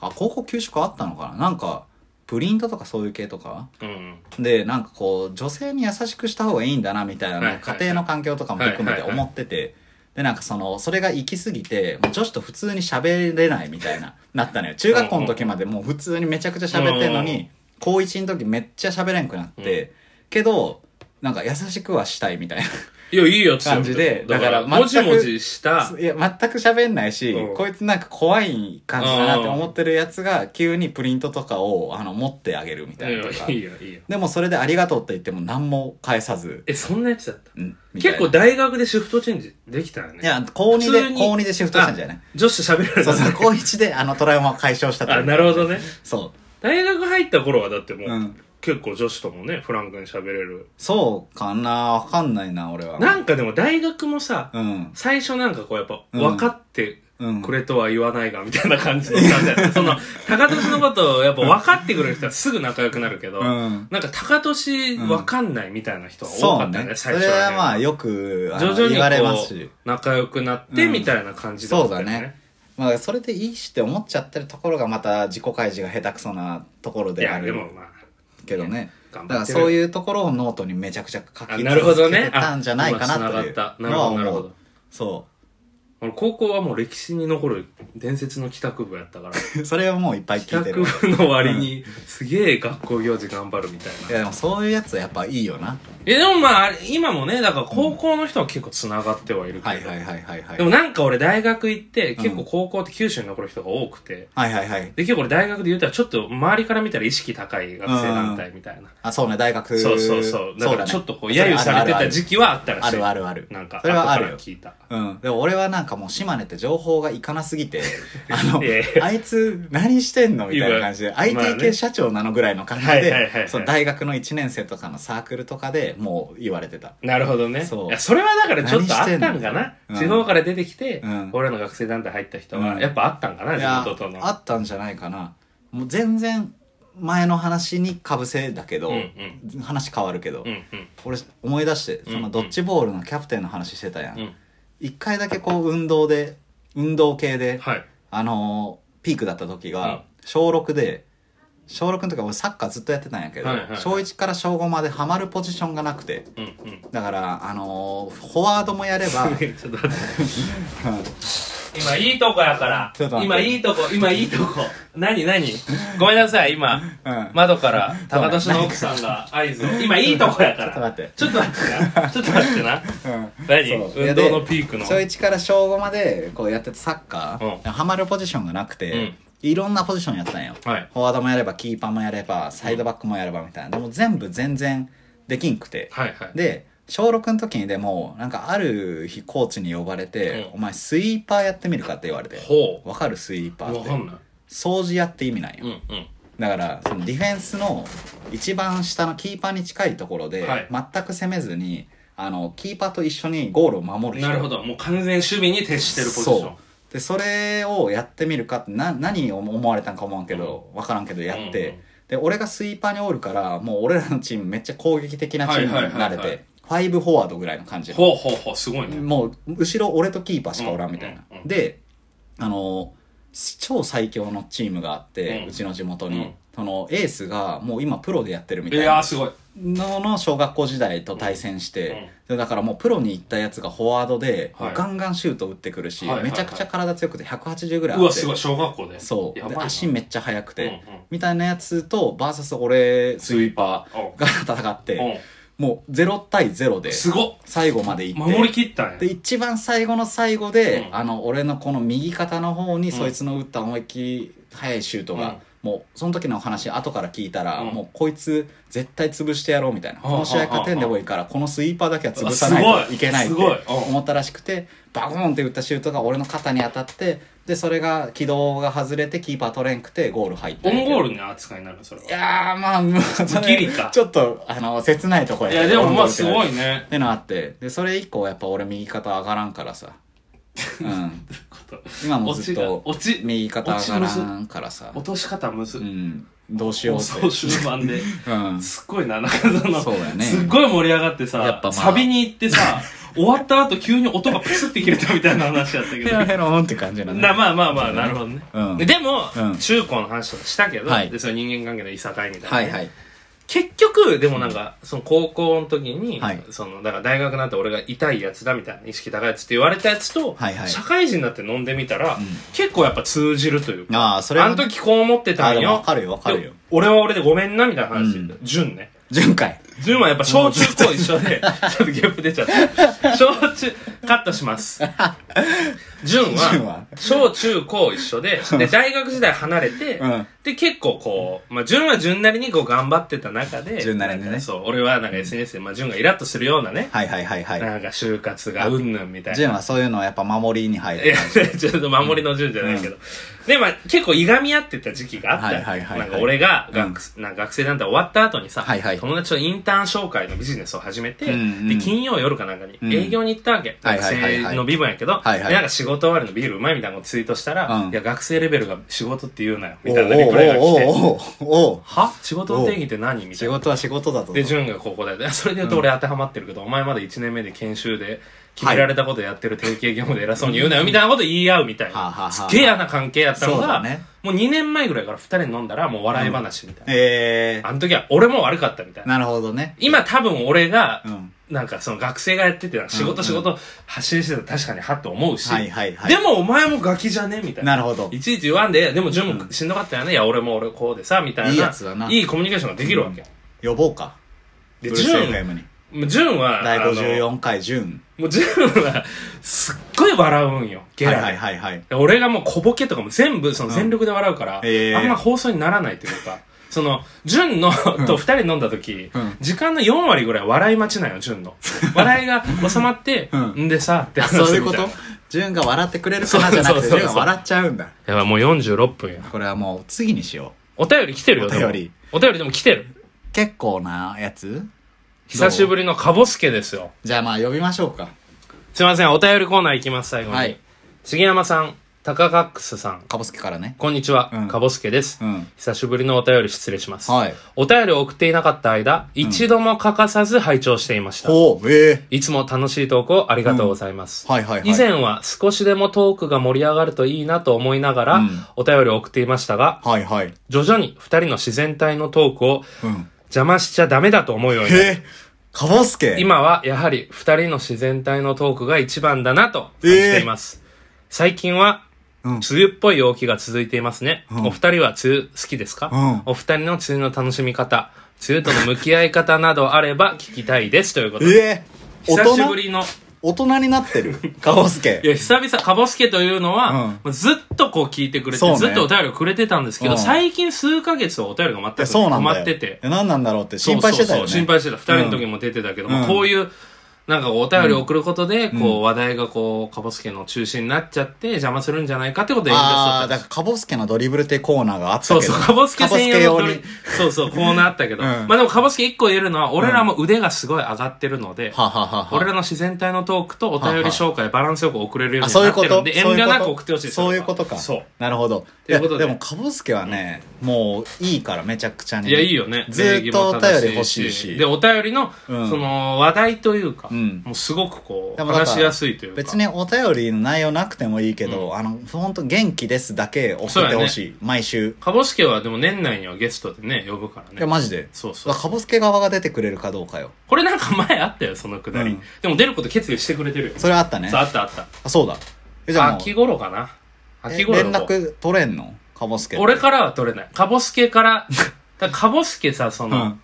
Speaker 2: あ高校給食あったのかななんかプリントとかそういう系とか
Speaker 1: うん。
Speaker 2: でなんかこう女性に優しくした方がいいんだなみたいなのを
Speaker 1: はいはいはい
Speaker 2: 家庭の環境とかも含めて
Speaker 1: はいはいはい
Speaker 2: 思っててでなんかそのそれが行き過ぎてもう女子と普通に喋れないみたいな なったのよ中学校の時までもう普通にめちゃくちゃ喋ってんの
Speaker 1: うん
Speaker 2: に高1の時めっちゃ喋れんくなってけどなんか優しくはしたいみたいない
Speaker 1: や、いいやつよ
Speaker 2: 感じで
Speaker 1: だから、
Speaker 2: だから
Speaker 1: もじもじした、
Speaker 2: いや、全く喋んないし、
Speaker 1: うん
Speaker 2: こいつなんか怖い感じだなって思ってるやつが、急にプリントとかを、あの、持ってあげるみ
Speaker 1: い
Speaker 2: た
Speaker 1: や
Speaker 2: いなとか
Speaker 1: い。いよ、いいよ。
Speaker 2: でもそれでありがとうって言っても何も返さず、
Speaker 1: え、そんなやつだった
Speaker 2: うん。みたい
Speaker 1: 結
Speaker 2: な
Speaker 1: 構、大学でシフトチェンジできたよね。
Speaker 2: いや、高2
Speaker 1: 普通
Speaker 2: で、
Speaker 1: に
Speaker 2: 高2でシフトしたんじゃない
Speaker 1: 女子と喋られ
Speaker 2: そうそ
Speaker 1: た。
Speaker 2: う、高1であのトラウマを解消したと
Speaker 1: あ、なるほどね。
Speaker 2: そ
Speaker 1: 大学入った頃はだって
Speaker 2: う。
Speaker 1: も
Speaker 2: う
Speaker 1: う、
Speaker 2: ん。
Speaker 1: 結構女子ともね、フランクに喋れる。
Speaker 2: そうかなわかんないな、俺は。
Speaker 1: なんかでも大学もさ、
Speaker 2: うん。
Speaker 1: 最初なんかこうやっぱ、
Speaker 2: うん
Speaker 1: 分かって
Speaker 2: うん。
Speaker 1: くれとは言わないが、みたいな感じの感じだった。その、高年のことをやっぱ分かってくれる人はすぐ仲良くなるけど、
Speaker 2: うん。
Speaker 1: なんか高年分かんないみたいな人が多
Speaker 2: そ
Speaker 1: か
Speaker 2: う
Speaker 1: ったよね、
Speaker 2: ね。そ
Speaker 1: 最初
Speaker 2: れ
Speaker 1: は、ね。
Speaker 2: はまあ、よく、あ
Speaker 1: 徐
Speaker 2: の
Speaker 1: 々に
Speaker 2: 言われま
Speaker 1: こ
Speaker 2: すし。
Speaker 1: う仲良くなってみたいな感じだ
Speaker 2: そ
Speaker 1: っ
Speaker 2: う
Speaker 1: た
Speaker 2: だ
Speaker 1: よね,、
Speaker 2: ね。まあ、それでいいしって思っちゃってるところがまた自己開示が下手くそなところ
Speaker 1: い
Speaker 2: であ
Speaker 1: やで
Speaker 2: る
Speaker 1: もまあ
Speaker 2: けどね。
Speaker 1: 頑張
Speaker 2: だ
Speaker 1: って
Speaker 2: か
Speaker 1: る
Speaker 2: らそういうところをノートにめちゃくちゃ書
Speaker 1: あ
Speaker 2: き
Speaker 1: なるほど
Speaker 2: 続
Speaker 1: ね
Speaker 2: けてたんじゃないかなという
Speaker 1: あ今繋
Speaker 2: の
Speaker 1: が
Speaker 2: は
Speaker 1: ったなるほどなる
Speaker 2: 思
Speaker 1: ほ
Speaker 2: う
Speaker 1: ど。
Speaker 2: そ
Speaker 1: 俺高校はもう歴史に残る伝説の帰宅部やったから
Speaker 2: う。 それをもういっぱい
Speaker 1: 帰
Speaker 2: 聞いて
Speaker 1: 宅
Speaker 2: る。
Speaker 1: 部の割にすげえ学校行事頑張るみたい
Speaker 2: い
Speaker 1: な
Speaker 2: やでもそういうやつはやっぱいいよな。
Speaker 1: えでもまああれ今もねだから高校の人は結構つながってはいるけど、
Speaker 2: はいはいはいはいはい。
Speaker 1: でもなんか俺大学行って
Speaker 2: うん
Speaker 1: 結構高校って九州に残る人が多くて、
Speaker 2: はいはいはい。
Speaker 1: で結構俺大学で言ったらちょっと周りから見たら意識高い学生団体みたいな、
Speaker 2: あ、そうね、大学。
Speaker 1: そうそうそうだ
Speaker 2: そ
Speaker 1: か
Speaker 2: うだ
Speaker 1: ら
Speaker 2: ね
Speaker 1: ちょっとこう揶揄されてた時期はあったらしい
Speaker 2: あるあるある。
Speaker 1: なんか、
Speaker 2: それはあ
Speaker 1: 後
Speaker 2: る
Speaker 1: から
Speaker 2: よ。
Speaker 1: 聞いた。
Speaker 2: うん。でも俺はなんかもう島根って情報がいかなすぎて、あ の
Speaker 1: いやい、や
Speaker 2: あいつ何してんのみたいな感じで、
Speaker 1: 今まあね
Speaker 2: IT 系社長なのぐらいの感じ
Speaker 1: はいはいはいは
Speaker 2: で、
Speaker 1: い
Speaker 2: その大学の1年生とかのサークルとかでもう言われてた。
Speaker 1: なるほどね。
Speaker 2: そう
Speaker 1: いや、それはだからちょっとあったんかな。
Speaker 2: 何して
Speaker 1: 地
Speaker 2: んのうん
Speaker 1: 方から出てきて、
Speaker 2: うん
Speaker 1: 俺らの学生団体入った人
Speaker 2: う
Speaker 1: は、
Speaker 2: ん
Speaker 1: やっぱあったんかな、
Speaker 2: い
Speaker 1: 地
Speaker 2: や
Speaker 1: 元との。
Speaker 2: あったんじゃないかな。もう全然前の話にかぶせだけど
Speaker 1: うん、うん。
Speaker 2: 話変わるけど
Speaker 1: う、んうん。
Speaker 2: 俺思い出して、そ
Speaker 1: うんう
Speaker 2: の
Speaker 1: ん
Speaker 2: ドッジボールのキャプテンの話してたや。
Speaker 1: うんん。
Speaker 2: 一回だけこう運動で、運動系で、
Speaker 1: はい。
Speaker 2: あのーピークだった時
Speaker 1: うん
Speaker 2: が、小6で、小6の時は俺サッカーずっとやってたんやけど、
Speaker 1: はいはいはい
Speaker 2: 小1から小5までハマるポジションがなくて、
Speaker 1: うんうん。
Speaker 2: だから、あのーフォワードもやれば、
Speaker 1: ちょっと待って。今いいとこやから
Speaker 2: ちょっと。待って
Speaker 1: 今いいとこ、今いいとこ。何何ごめんなさい、今。
Speaker 2: うん
Speaker 1: 窓から、高年の奥さんが合図を。今いいとこやか
Speaker 2: ちょっと
Speaker 1: ら。
Speaker 2: 待って。
Speaker 1: ちょっと待ってな。ちょっと待ってな。何
Speaker 2: そう
Speaker 1: 運動のピークの。
Speaker 2: 小1から小5までこうやってたサッカー、
Speaker 1: う
Speaker 2: ハマるポジションがなくて、
Speaker 1: うん
Speaker 2: いろんなポジションやったんよ。
Speaker 1: はい。
Speaker 2: フォワードもやれば、キーパーもやれば、サイドバックもやればみたいな。でも全部全然できんくて。
Speaker 1: はいはい。
Speaker 2: で小6の時にでもなんかある日コーチに呼ばれて「
Speaker 1: うん
Speaker 2: お前スイーパーやってみるか?」って言われて
Speaker 1: ほう。
Speaker 2: わかるスイーパー
Speaker 1: わ
Speaker 2: っ
Speaker 1: か
Speaker 2: て
Speaker 1: んない。
Speaker 2: 掃除屋って意味なんよ、
Speaker 1: うんうん。
Speaker 2: だからそのディフェンスの一番下のキーパーに近いところで、
Speaker 1: はい
Speaker 2: 全く攻めずにあのキーパーと一緒にゴールを守る人
Speaker 1: なるほど。もう完全守備に徹してるポジション。
Speaker 2: そうでそれをやってみるかってな何を思われたんか思わんけど、わからんけどやって、
Speaker 1: うんうん
Speaker 2: で俺がスイーパーにおるからもう俺らのチームめっちゃ攻撃的なチームになれ
Speaker 1: はいはいはいは
Speaker 2: て、ファイブフォワードぐらいの感じで
Speaker 1: ほうほうほう、すごいね。
Speaker 2: もう後ろ俺とキーパーしかおらんみたい
Speaker 1: う
Speaker 2: な、
Speaker 1: んうんうん
Speaker 2: であの超最強のチームがあって、
Speaker 1: う
Speaker 2: うんちの地元に、
Speaker 1: うん
Speaker 2: そのエースがもう今プロでやってるみ
Speaker 1: い
Speaker 2: たい
Speaker 1: やー、
Speaker 2: な
Speaker 1: すごい。
Speaker 2: のの小学校時代と対戦して、
Speaker 1: うんうん
Speaker 2: でだからもうプロに行ったやつがフォワードで、
Speaker 1: はい
Speaker 2: ガンガンシュート打ってくるし、
Speaker 1: はいはいはい
Speaker 2: めちゃくちゃ体強くて180ぐらいあ
Speaker 1: う
Speaker 2: って
Speaker 1: わ、すごい。小学校で。
Speaker 2: そう
Speaker 1: や
Speaker 2: で
Speaker 1: ばい。
Speaker 2: 足
Speaker 1: っ
Speaker 2: めっちゃ速くて、
Speaker 1: うんうん
Speaker 2: みたいなやつとバーサス俺スイーパ
Speaker 1: うん
Speaker 2: ーが戦って、
Speaker 1: う
Speaker 2: もう0対0で
Speaker 1: ん。すごっ。
Speaker 2: 最後まで行って
Speaker 1: 守り切ったんや。
Speaker 2: で一番最後の最後で、
Speaker 1: うん
Speaker 2: あの俺のこの右肩の方に
Speaker 1: ん
Speaker 2: そいつの打った思いっきり速いシュートが、
Speaker 1: うん
Speaker 2: もうその時のお話後から聞いたら、
Speaker 1: うん
Speaker 2: もうこいつ絶対潰してやろうみたいな、
Speaker 1: はあ
Speaker 2: この試合勝てんでもいいからこのスイーパーだけは潰さ
Speaker 1: うわすごい
Speaker 2: ないといけないっ
Speaker 1: す
Speaker 2: て
Speaker 1: ごいうん
Speaker 2: 思ったらしくてバコーンって打ったシュートが俺の肩に当たってでそれが軌道が外れてキーパー取れんくてゴール入って
Speaker 1: オンゴールの扱いになるのそれ
Speaker 2: い
Speaker 1: は。
Speaker 2: やーまあも うそれ
Speaker 1: ギリか
Speaker 2: ちょっとあの切ないとこや
Speaker 1: い
Speaker 2: けど
Speaker 1: や、でもまあ、す
Speaker 2: オンゴールっ
Speaker 1: ごい
Speaker 2: てなる
Speaker 1: ね
Speaker 2: っ。てのあってでそれ以降やっぱ俺右肩上がらんからさうん、
Speaker 1: こと
Speaker 2: 今もずっと
Speaker 1: 落ちが落ち
Speaker 2: 右肩上がらんからさ
Speaker 1: 落とし方むず、
Speaker 2: うんどうしよう
Speaker 1: 放
Speaker 2: って
Speaker 1: 送終盤で
Speaker 2: うん
Speaker 1: すっごいな中田の
Speaker 2: そうやね
Speaker 1: すっごい盛り上がってさ、
Speaker 2: やっぱまあ
Speaker 1: サビに行ってさ終わった後急に音がプスって切れたみたいな話やったけ
Speaker 2: ヘ
Speaker 1: ど
Speaker 2: ロヘロンって感じなん
Speaker 1: なまあまあまあ、なるほどね。
Speaker 2: うん
Speaker 1: でも、
Speaker 2: うん
Speaker 1: 中高の話とかしたけど、
Speaker 2: はい
Speaker 1: でその人間関係のいさかいみたいなね、
Speaker 2: はいはい
Speaker 1: 結局、でもなんか、その高校の時に、
Speaker 2: はい
Speaker 1: その、だから大学なんて俺が痛いやつだみたいな、意識高いやつって言われたやつと、
Speaker 2: はいはい
Speaker 1: 社会人になって飲んでみたら、結構やっぱ通じるというか、
Speaker 2: ああそれ
Speaker 1: あ
Speaker 2: は
Speaker 1: の時こう思ってた
Speaker 2: あ
Speaker 1: ん
Speaker 2: でもわ
Speaker 1: よ。
Speaker 2: かるよわかる
Speaker 1: で
Speaker 2: よ
Speaker 1: 俺は俺でごめんなみたいな話
Speaker 2: うん
Speaker 1: 純ね。
Speaker 2: 順回
Speaker 1: 純はやっぱ小中高一緒で、ちょっとゲップ出ちゃった。小中、カットします。純
Speaker 2: 順
Speaker 1: は、
Speaker 2: は
Speaker 1: 小中高一緒で、で、大学時代離れて、
Speaker 2: うん
Speaker 1: で、結構こう、まあ、純は純なりにこう頑張ってた中で、
Speaker 2: 純なりにね
Speaker 1: んかそう、俺はなんか SNS で、まあ、純がイラッとするようなね、
Speaker 2: はいはいはいはい
Speaker 1: なんか就活がうんぬんみたいな。
Speaker 2: 順はそういうのはやっぱ守りに入
Speaker 1: い
Speaker 2: る
Speaker 1: や、ちょっと守りの順じゃないけど。で、まあ、結構いがみ合ってた時期があったよ。
Speaker 2: はいはいはいはい
Speaker 1: なんか俺が学,、なんか学生団体終わった後にさ、
Speaker 2: はいはい
Speaker 1: 友達とインターン紹介のビジネスを始めて、
Speaker 2: うんうん
Speaker 1: で、金曜夜かなんかに
Speaker 2: うん
Speaker 1: 営業に行ったわけ。
Speaker 2: はい
Speaker 1: 学
Speaker 2: はいはいはい
Speaker 1: 生の身分やけど、
Speaker 2: はいはい
Speaker 1: でなんか仕事終わりのビールうまいみたいなのをツイートしたら、
Speaker 2: うん
Speaker 1: いや、学生レベルが仕事って言うなよ、
Speaker 2: お
Speaker 1: みたいなリプライが来て、
Speaker 2: おおおお
Speaker 1: は仕事の定義って何みた
Speaker 2: 仕
Speaker 1: いな。
Speaker 2: 事は仕事だと
Speaker 1: で、潤がここだよ。 それで言うと俺当てはまってるけど、お前まだ1年目で研修で、決められたことやってる定型業務で偉そうに言うなよ、みたいなこと言い合うみたい
Speaker 2: はあはあは
Speaker 1: な。
Speaker 2: あ
Speaker 1: すっげえ嫌な関係やったの
Speaker 2: そう
Speaker 1: が、
Speaker 2: だね
Speaker 1: もう2年前ぐらいから2人で飲んだら、もう笑い話みたいな。
Speaker 2: え
Speaker 1: あの時は俺も悪かったみたい
Speaker 2: ー、
Speaker 1: な。
Speaker 2: なるほどね
Speaker 1: 今多分俺が
Speaker 2: うん、
Speaker 1: なんかその学生がやってて、仕
Speaker 2: うんう
Speaker 1: 事
Speaker 2: ん
Speaker 1: 仕事発信してたら確かにはっと思うし、
Speaker 2: はいはいはい
Speaker 1: でもお前もガキじゃねみたいな。
Speaker 2: なるほど
Speaker 1: いちいち言わんで、でも潤もしんどかったよね。いや、俺も俺こうでさ、みたいな。
Speaker 2: いいやつだない
Speaker 1: いコミュニケーションができるわけ。
Speaker 2: 呼ぼうかブ
Speaker 1: で、
Speaker 2: ルース
Speaker 1: 潤
Speaker 2: FM に
Speaker 1: もう純は、
Speaker 2: 第
Speaker 1: あの
Speaker 2: 54回順
Speaker 1: もう純は、すっごい笑うんよ、ゲ
Speaker 2: は
Speaker 1: ラ
Speaker 2: い
Speaker 1: で。
Speaker 2: はいはいはい
Speaker 1: で俺がもう小ボケとかも全部、その全力で笑うから、
Speaker 2: ええ
Speaker 1: あんま放送にならないというか、 その、純の、と二人飲んだ時、
Speaker 2: うん
Speaker 1: 時間の4割ぐらい笑い待ちなんよ、純 の。笑いが収まって、
Speaker 2: うん
Speaker 1: んでさ、って
Speaker 2: あ
Speaker 1: 話
Speaker 2: そういう
Speaker 1: み
Speaker 2: こ
Speaker 1: たい
Speaker 2: と
Speaker 1: な
Speaker 2: 順が笑ってくれるかなじゃなくて
Speaker 1: そうそうそう
Speaker 2: 順が笑っちゃうんだ
Speaker 1: やばい、もう46分や。
Speaker 2: これはもう次にしよ
Speaker 1: お便り来てるよ、でも
Speaker 2: お便り。
Speaker 1: お便りでも来てる。
Speaker 2: う結構なやつ
Speaker 1: 久しぶ
Speaker 2: り
Speaker 1: りのかぼすけですよ。
Speaker 2: じゃあまあ呼びましょうか
Speaker 1: すいません、お便りコーナー行きます、最後に。
Speaker 2: はい
Speaker 1: 杉山さん、タカカックスさん、
Speaker 2: かぼすけからね
Speaker 1: こんにちは、
Speaker 2: うん
Speaker 1: かぼすけです、
Speaker 2: うん
Speaker 1: 久しぶりのお便り失礼します。
Speaker 2: はい
Speaker 1: お便りを送っていなかった間、一度も欠かさず拝聴していました。
Speaker 2: ほうええ
Speaker 1: いつも楽しい投稿ありがとうございます。
Speaker 2: はいはいはい
Speaker 1: 以前は少しでもトークが盛り上がるといいなと思いながら、
Speaker 2: うん
Speaker 1: お便りを送っていましたが、
Speaker 2: はいはい
Speaker 1: 徐々に二人の自然体のトークを
Speaker 2: うん
Speaker 1: 邪魔しちゃダメだと思うようになり
Speaker 2: へえかぼすけ
Speaker 1: 今はやはり二人の自然体のトークが一番だなと感じています。最近は、
Speaker 2: うん
Speaker 1: 梅雨っぽい陽気が続いていますね。
Speaker 2: ん
Speaker 1: お二人は梅雨好きですか、
Speaker 2: うん
Speaker 1: お二人の梅雨の楽しみ方、梅雨との向き合い方などあれば聞きたいです。ということで。
Speaker 2: ええ大
Speaker 1: 久しぶ
Speaker 2: 人
Speaker 1: りの、
Speaker 2: 大人になってるかぼす
Speaker 1: い
Speaker 2: け
Speaker 1: や、久々、かぼすけというのは、
Speaker 2: うん
Speaker 1: まあずっとこう聞いてくれて、
Speaker 2: そうね
Speaker 1: ずっとお便りをくれてたんですけど、
Speaker 2: うん
Speaker 1: 最近数ヶ月はお便りが全く
Speaker 2: そうな
Speaker 1: 止
Speaker 2: んだよ
Speaker 1: まってて
Speaker 2: い。や何なんだろうって心配してたよ
Speaker 1: そうそ
Speaker 2: ね
Speaker 1: うそう心配してた。二人の時も出てたけども、
Speaker 2: うん
Speaker 1: こういう、なんかお便りを送ることで、こう話題がこう、かぼすけの中心になっちゃって邪魔するんじゃないかってことで言い出し
Speaker 2: あ
Speaker 1: た
Speaker 2: あ
Speaker 1: ん
Speaker 2: だ
Speaker 1: です
Speaker 2: からカボスケのドリブルってコーナーがあったけ
Speaker 1: そ
Speaker 2: ど
Speaker 1: うそう、かぼすけ専用の
Speaker 2: カボス
Speaker 1: 鳥
Speaker 2: ケ用に、
Speaker 1: そうそう、コーナーあったけど。
Speaker 2: うん
Speaker 1: まあでもかぼすけ一個言えるのは、俺らも腕がすごい上がってるので、
Speaker 2: はははは
Speaker 1: 俺らの自然体のトークとお便り紹介、バランスよく送れるよう
Speaker 2: あ
Speaker 1: に
Speaker 2: そうい
Speaker 1: な
Speaker 2: う
Speaker 1: って
Speaker 2: こ
Speaker 1: る
Speaker 2: と
Speaker 1: んで、
Speaker 2: そう
Speaker 1: 遠
Speaker 2: いう
Speaker 1: 慮
Speaker 2: こ
Speaker 1: な
Speaker 2: と
Speaker 1: く送ってほしいです
Speaker 2: そういうことか
Speaker 1: そう。
Speaker 2: なるほど
Speaker 1: ということで
Speaker 2: やでもカボスケはねもういいからめちゃくちゃに
Speaker 1: いや、いいよね。
Speaker 2: ずーっとお便り欲しいし
Speaker 1: で、お便りの、
Speaker 2: うん
Speaker 1: その、話題というか、
Speaker 2: うん
Speaker 1: もうすごくこう、
Speaker 2: でもだから
Speaker 1: 話しやすいというか。
Speaker 2: 別にお便りの内容なくてもいいけど、あの本当元気ですだけ送ってほしい、毎週
Speaker 1: かぼすけはでも年内にはゲストでね、呼ぶから
Speaker 2: いや
Speaker 1: ね。
Speaker 2: マジで
Speaker 1: そうそう
Speaker 2: だからカボスケ側が出てくれるかどうかよ
Speaker 1: これなんか前あったよ、そのくだり。
Speaker 2: うん
Speaker 1: でも出ること決意してくれてるよ。
Speaker 2: それあったね
Speaker 1: そうあったあった。
Speaker 2: あそうだえじゃあもう
Speaker 1: 秋頃かな。秋
Speaker 2: え
Speaker 1: 頃
Speaker 2: 連絡取れんのカボスケ
Speaker 1: 俺からは取れない。かぼすけから、だからかぼすけさ、その、
Speaker 2: うん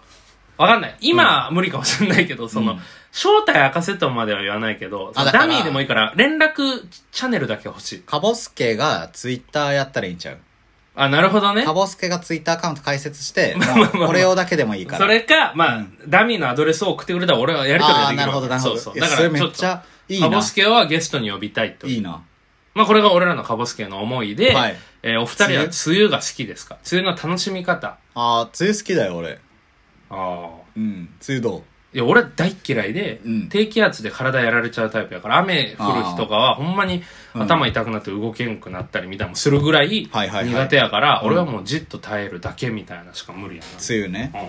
Speaker 1: わかんない。今、は無理かもしれないけど、その、
Speaker 2: うん
Speaker 1: 正体明かせとまでは言わないけど、
Speaker 2: あだか
Speaker 1: ダ
Speaker 2: ら
Speaker 1: ミーでもいいから、連絡チャンネルだけ欲しい。
Speaker 2: カボスケがツイッターやったらいいんちゃう
Speaker 1: あ、なるほどね
Speaker 2: カ。ボスケがツイッターアカウント開設し て、
Speaker 1: まあまあまあ
Speaker 2: これ用だけでもいいから。
Speaker 1: それか、まあ、
Speaker 2: うん
Speaker 1: ダミーのアドレスを送ってくれたら俺はやり取りが
Speaker 2: ああ
Speaker 1: できる
Speaker 2: ー、なる
Speaker 1: わ
Speaker 2: ほ
Speaker 1: け
Speaker 2: ど、なるほど。
Speaker 1: そうそう。
Speaker 2: い
Speaker 1: だ
Speaker 2: や
Speaker 1: からちょ
Speaker 2: それ
Speaker 1: っ
Speaker 2: め
Speaker 1: と
Speaker 2: っちゃい
Speaker 1: カ
Speaker 2: いな
Speaker 1: ボ。スケはゲストに呼びたいと。
Speaker 2: いいな。
Speaker 1: まあこれが俺らのカボスケの思いで、
Speaker 2: はい
Speaker 1: えーお二人は
Speaker 2: 梅雨
Speaker 1: 梅雨が好きですか梅雨の楽しみ方。
Speaker 2: ああ、梅雨好きだよ、俺。
Speaker 1: ああ。
Speaker 2: うん。梅雨どう
Speaker 1: いや、俺大っ嫌いで、
Speaker 2: うん
Speaker 1: 低気圧で体やられちゃうタイプやから、雨降る日とかは、ほんまに頭痛くなって動けんくなったりみたいなのするぐらい
Speaker 2: はいはいはい
Speaker 1: 苦手やから、俺はもうじっと耐えるだけみたいなしか無理や
Speaker 2: 梅雨ね
Speaker 1: な。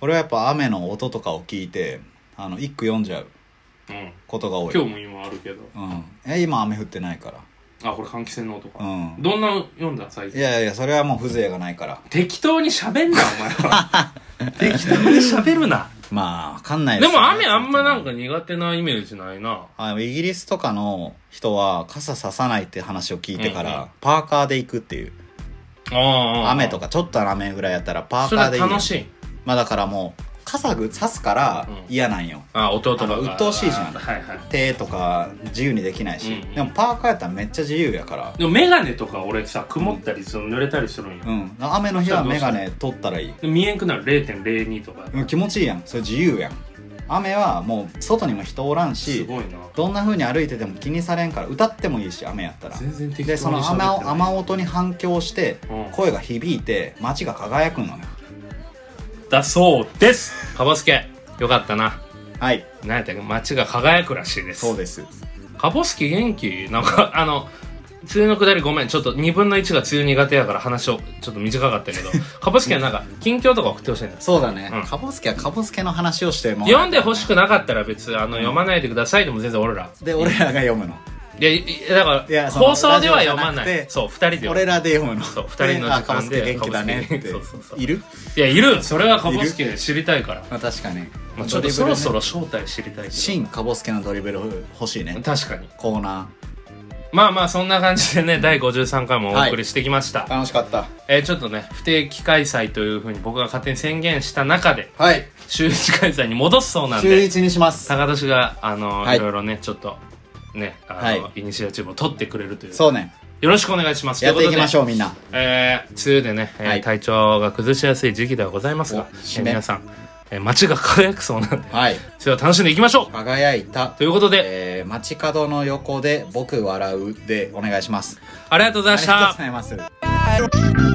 Speaker 2: 俺はやっぱ雨の音とかを聞いてあの一句読んじゃう
Speaker 1: うん。うん。
Speaker 2: ことが多い
Speaker 1: 今日も今あるけど。
Speaker 2: うん、え今雨降ってないから
Speaker 1: あ、これ換気扇の音か。
Speaker 2: うん
Speaker 1: どんなの読んだ最
Speaker 2: い
Speaker 1: 近。
Speaker 2: やいやそれはもう風情がないから
Speaker 1: 適当に喋んな、お前 は。適当に喋るな。
Speaker 2: まあわかんない
Speaker 1: ですも雨あんまなんか苦手なイメージないな。
Speaker 2: あイギリスとかの人は傘ささないって話を聞いてか
Speaker 1: うん
Speaker 2: ら、
Speaker 1: うん
Speaker 2: パーカーで行くっていう
Speaker 1: ああ。
Speaker 2: 雨と
Speaker 1: か。
Speaker 2: かちょっと雨ぐらいやったらパー
Speaker 1: そ
Speaker 2: カ
Speaker 1: れは
Speaker 2: ーでいいよ
Speaker 1: 楽しい。
Speaker 2: まあだからもう傘ぐさすから
Speaker 1: うん
Speaker 2: 嫌なんよ、
Speaker 1: あ、弟とかが。
Speaker 2: あの鬱陶しいじゃん
Speaker 1: はいはい。
Speaker 2: 手とか自由にできないし、
Speaker 1: うん
Speaker 2: でもパーカーやったらめっちゃ自由やから
Speaker 1: でもメガネとか俺さ曇ったりその濡れたりするんよ
Speaker 2: う、ん雨の日は眼鏡取ったらいい、
Speaker 1: で見えんくなる0.02とか
Speaker 2: うん、気持ちいいやんそれ自由やん雨はもう外にも人おらん
Speaker 1: す
Speaker 2: し
Speaker 1: ごいな
Speaker 2: どんな風に歩いてても気にされんから歌ってもいいし雨やったら
Speaker 1: 全然適当に
Speaker 2: でその雨
Speaker 1: 喋っ
Speaker 2: を
Speaker 1: てない
Speaker 2: 雨音に反響して
Speaker 1: うん
Speaker 2: 声が響いて街が輝くのよ
Speaker 1: だそうですかぼすけよかったな
Speaker 2: はい
Speaker 1: なんやったっけ街が輝くらしいです
Speaker 2: そうです
Speaker 1: かぼすけ元気なんか あの梅雨の下りごめんちょっと2分の1が梅雨苦手やから話をちょっと短かったけどかぼすけはなんか近況とか送ってほしいんだ
Speaker 2: そうだね、
Speaker 1: うん
Speaker 2: かぼすけはかぼすけの話をしても
Speaker 1: 読んでほし
Speaker 2: く
Speaker 1: くなかったら別にあの読まないでくださいでも全然俺ら
Speaker 2: で俺らが読むの
Speaker 1: いやいやだか
Speaker 2: い
Speaker 1: ら
Speaker 2: やその
Speaker 1: 放送では読まな
Speaker 2: ラジオじゃないくて
Speaker 1: そう2人で読む
Speaker 2: 俺らで読むの
Speaker 1: そう二人の時間で
Speaker 2: あかぼすけ元気だねって
Speaker 1: そうそうそう
Speaker 2: いる、
Speaker 1: いやいるそれはかぼすけ知りたいから
Speaker 2: まあ、確かに、
Speaker 1: まあ、ちょっとそろそろ正体知りたいけ
Speaker 2: 新かぼすけのドリブル欲しいね
Speaker 1: ど確かに
Speaker 2: コーナ
Speaker 1: まあまあそんな感じでね第53回もお送りしてきました、
Speaker 2: ー楽しかった
Speaker 1: えーちょっとね不定期開催というふうに僕が勝手に宣言した中で
Speaker 2: はい
Speaker 1: 週1開催に戻すそうなん
Speaker 2: 週
Speaker 1: で
Speaker 2: 一にします
Speaker 1: 高田氏があの、、
Speaker 2: はいい
Speaker 1: ろいろねちょっとねあの、
Speaker 2: はい
Speaker 1: イニシアチブを取ってくれるという
Speaker 2: そうね
Speaker 1: よろしくお願いします
Speaker 2: やっていきましょ
Speaker 1: う
Speaker 2: うみんな
Speaker 1: えー、梅雨でね、えー
Speaker 2: はい
Speaker 1: 体調が崩しやすい時期ではございますが、
Speaker 2: お
Speaker 1: えー
Speaker 2: 締め
Speaker 1: 皆さん、えー街が輝くそうなんで
Speaker 2: はい
Speaker 1: それを楽しんでいきましょ
Speaker 2: 輝いた
Speaker 1: うということで、
Speaker 2: えー、街角の横で僕笑うでお願いします
Speaker 1: ありがとうございま
Speaker 2: あり
Speaker 1: し
Speaker 2: がとう
Speaker 1: た
Speaker 2: ございます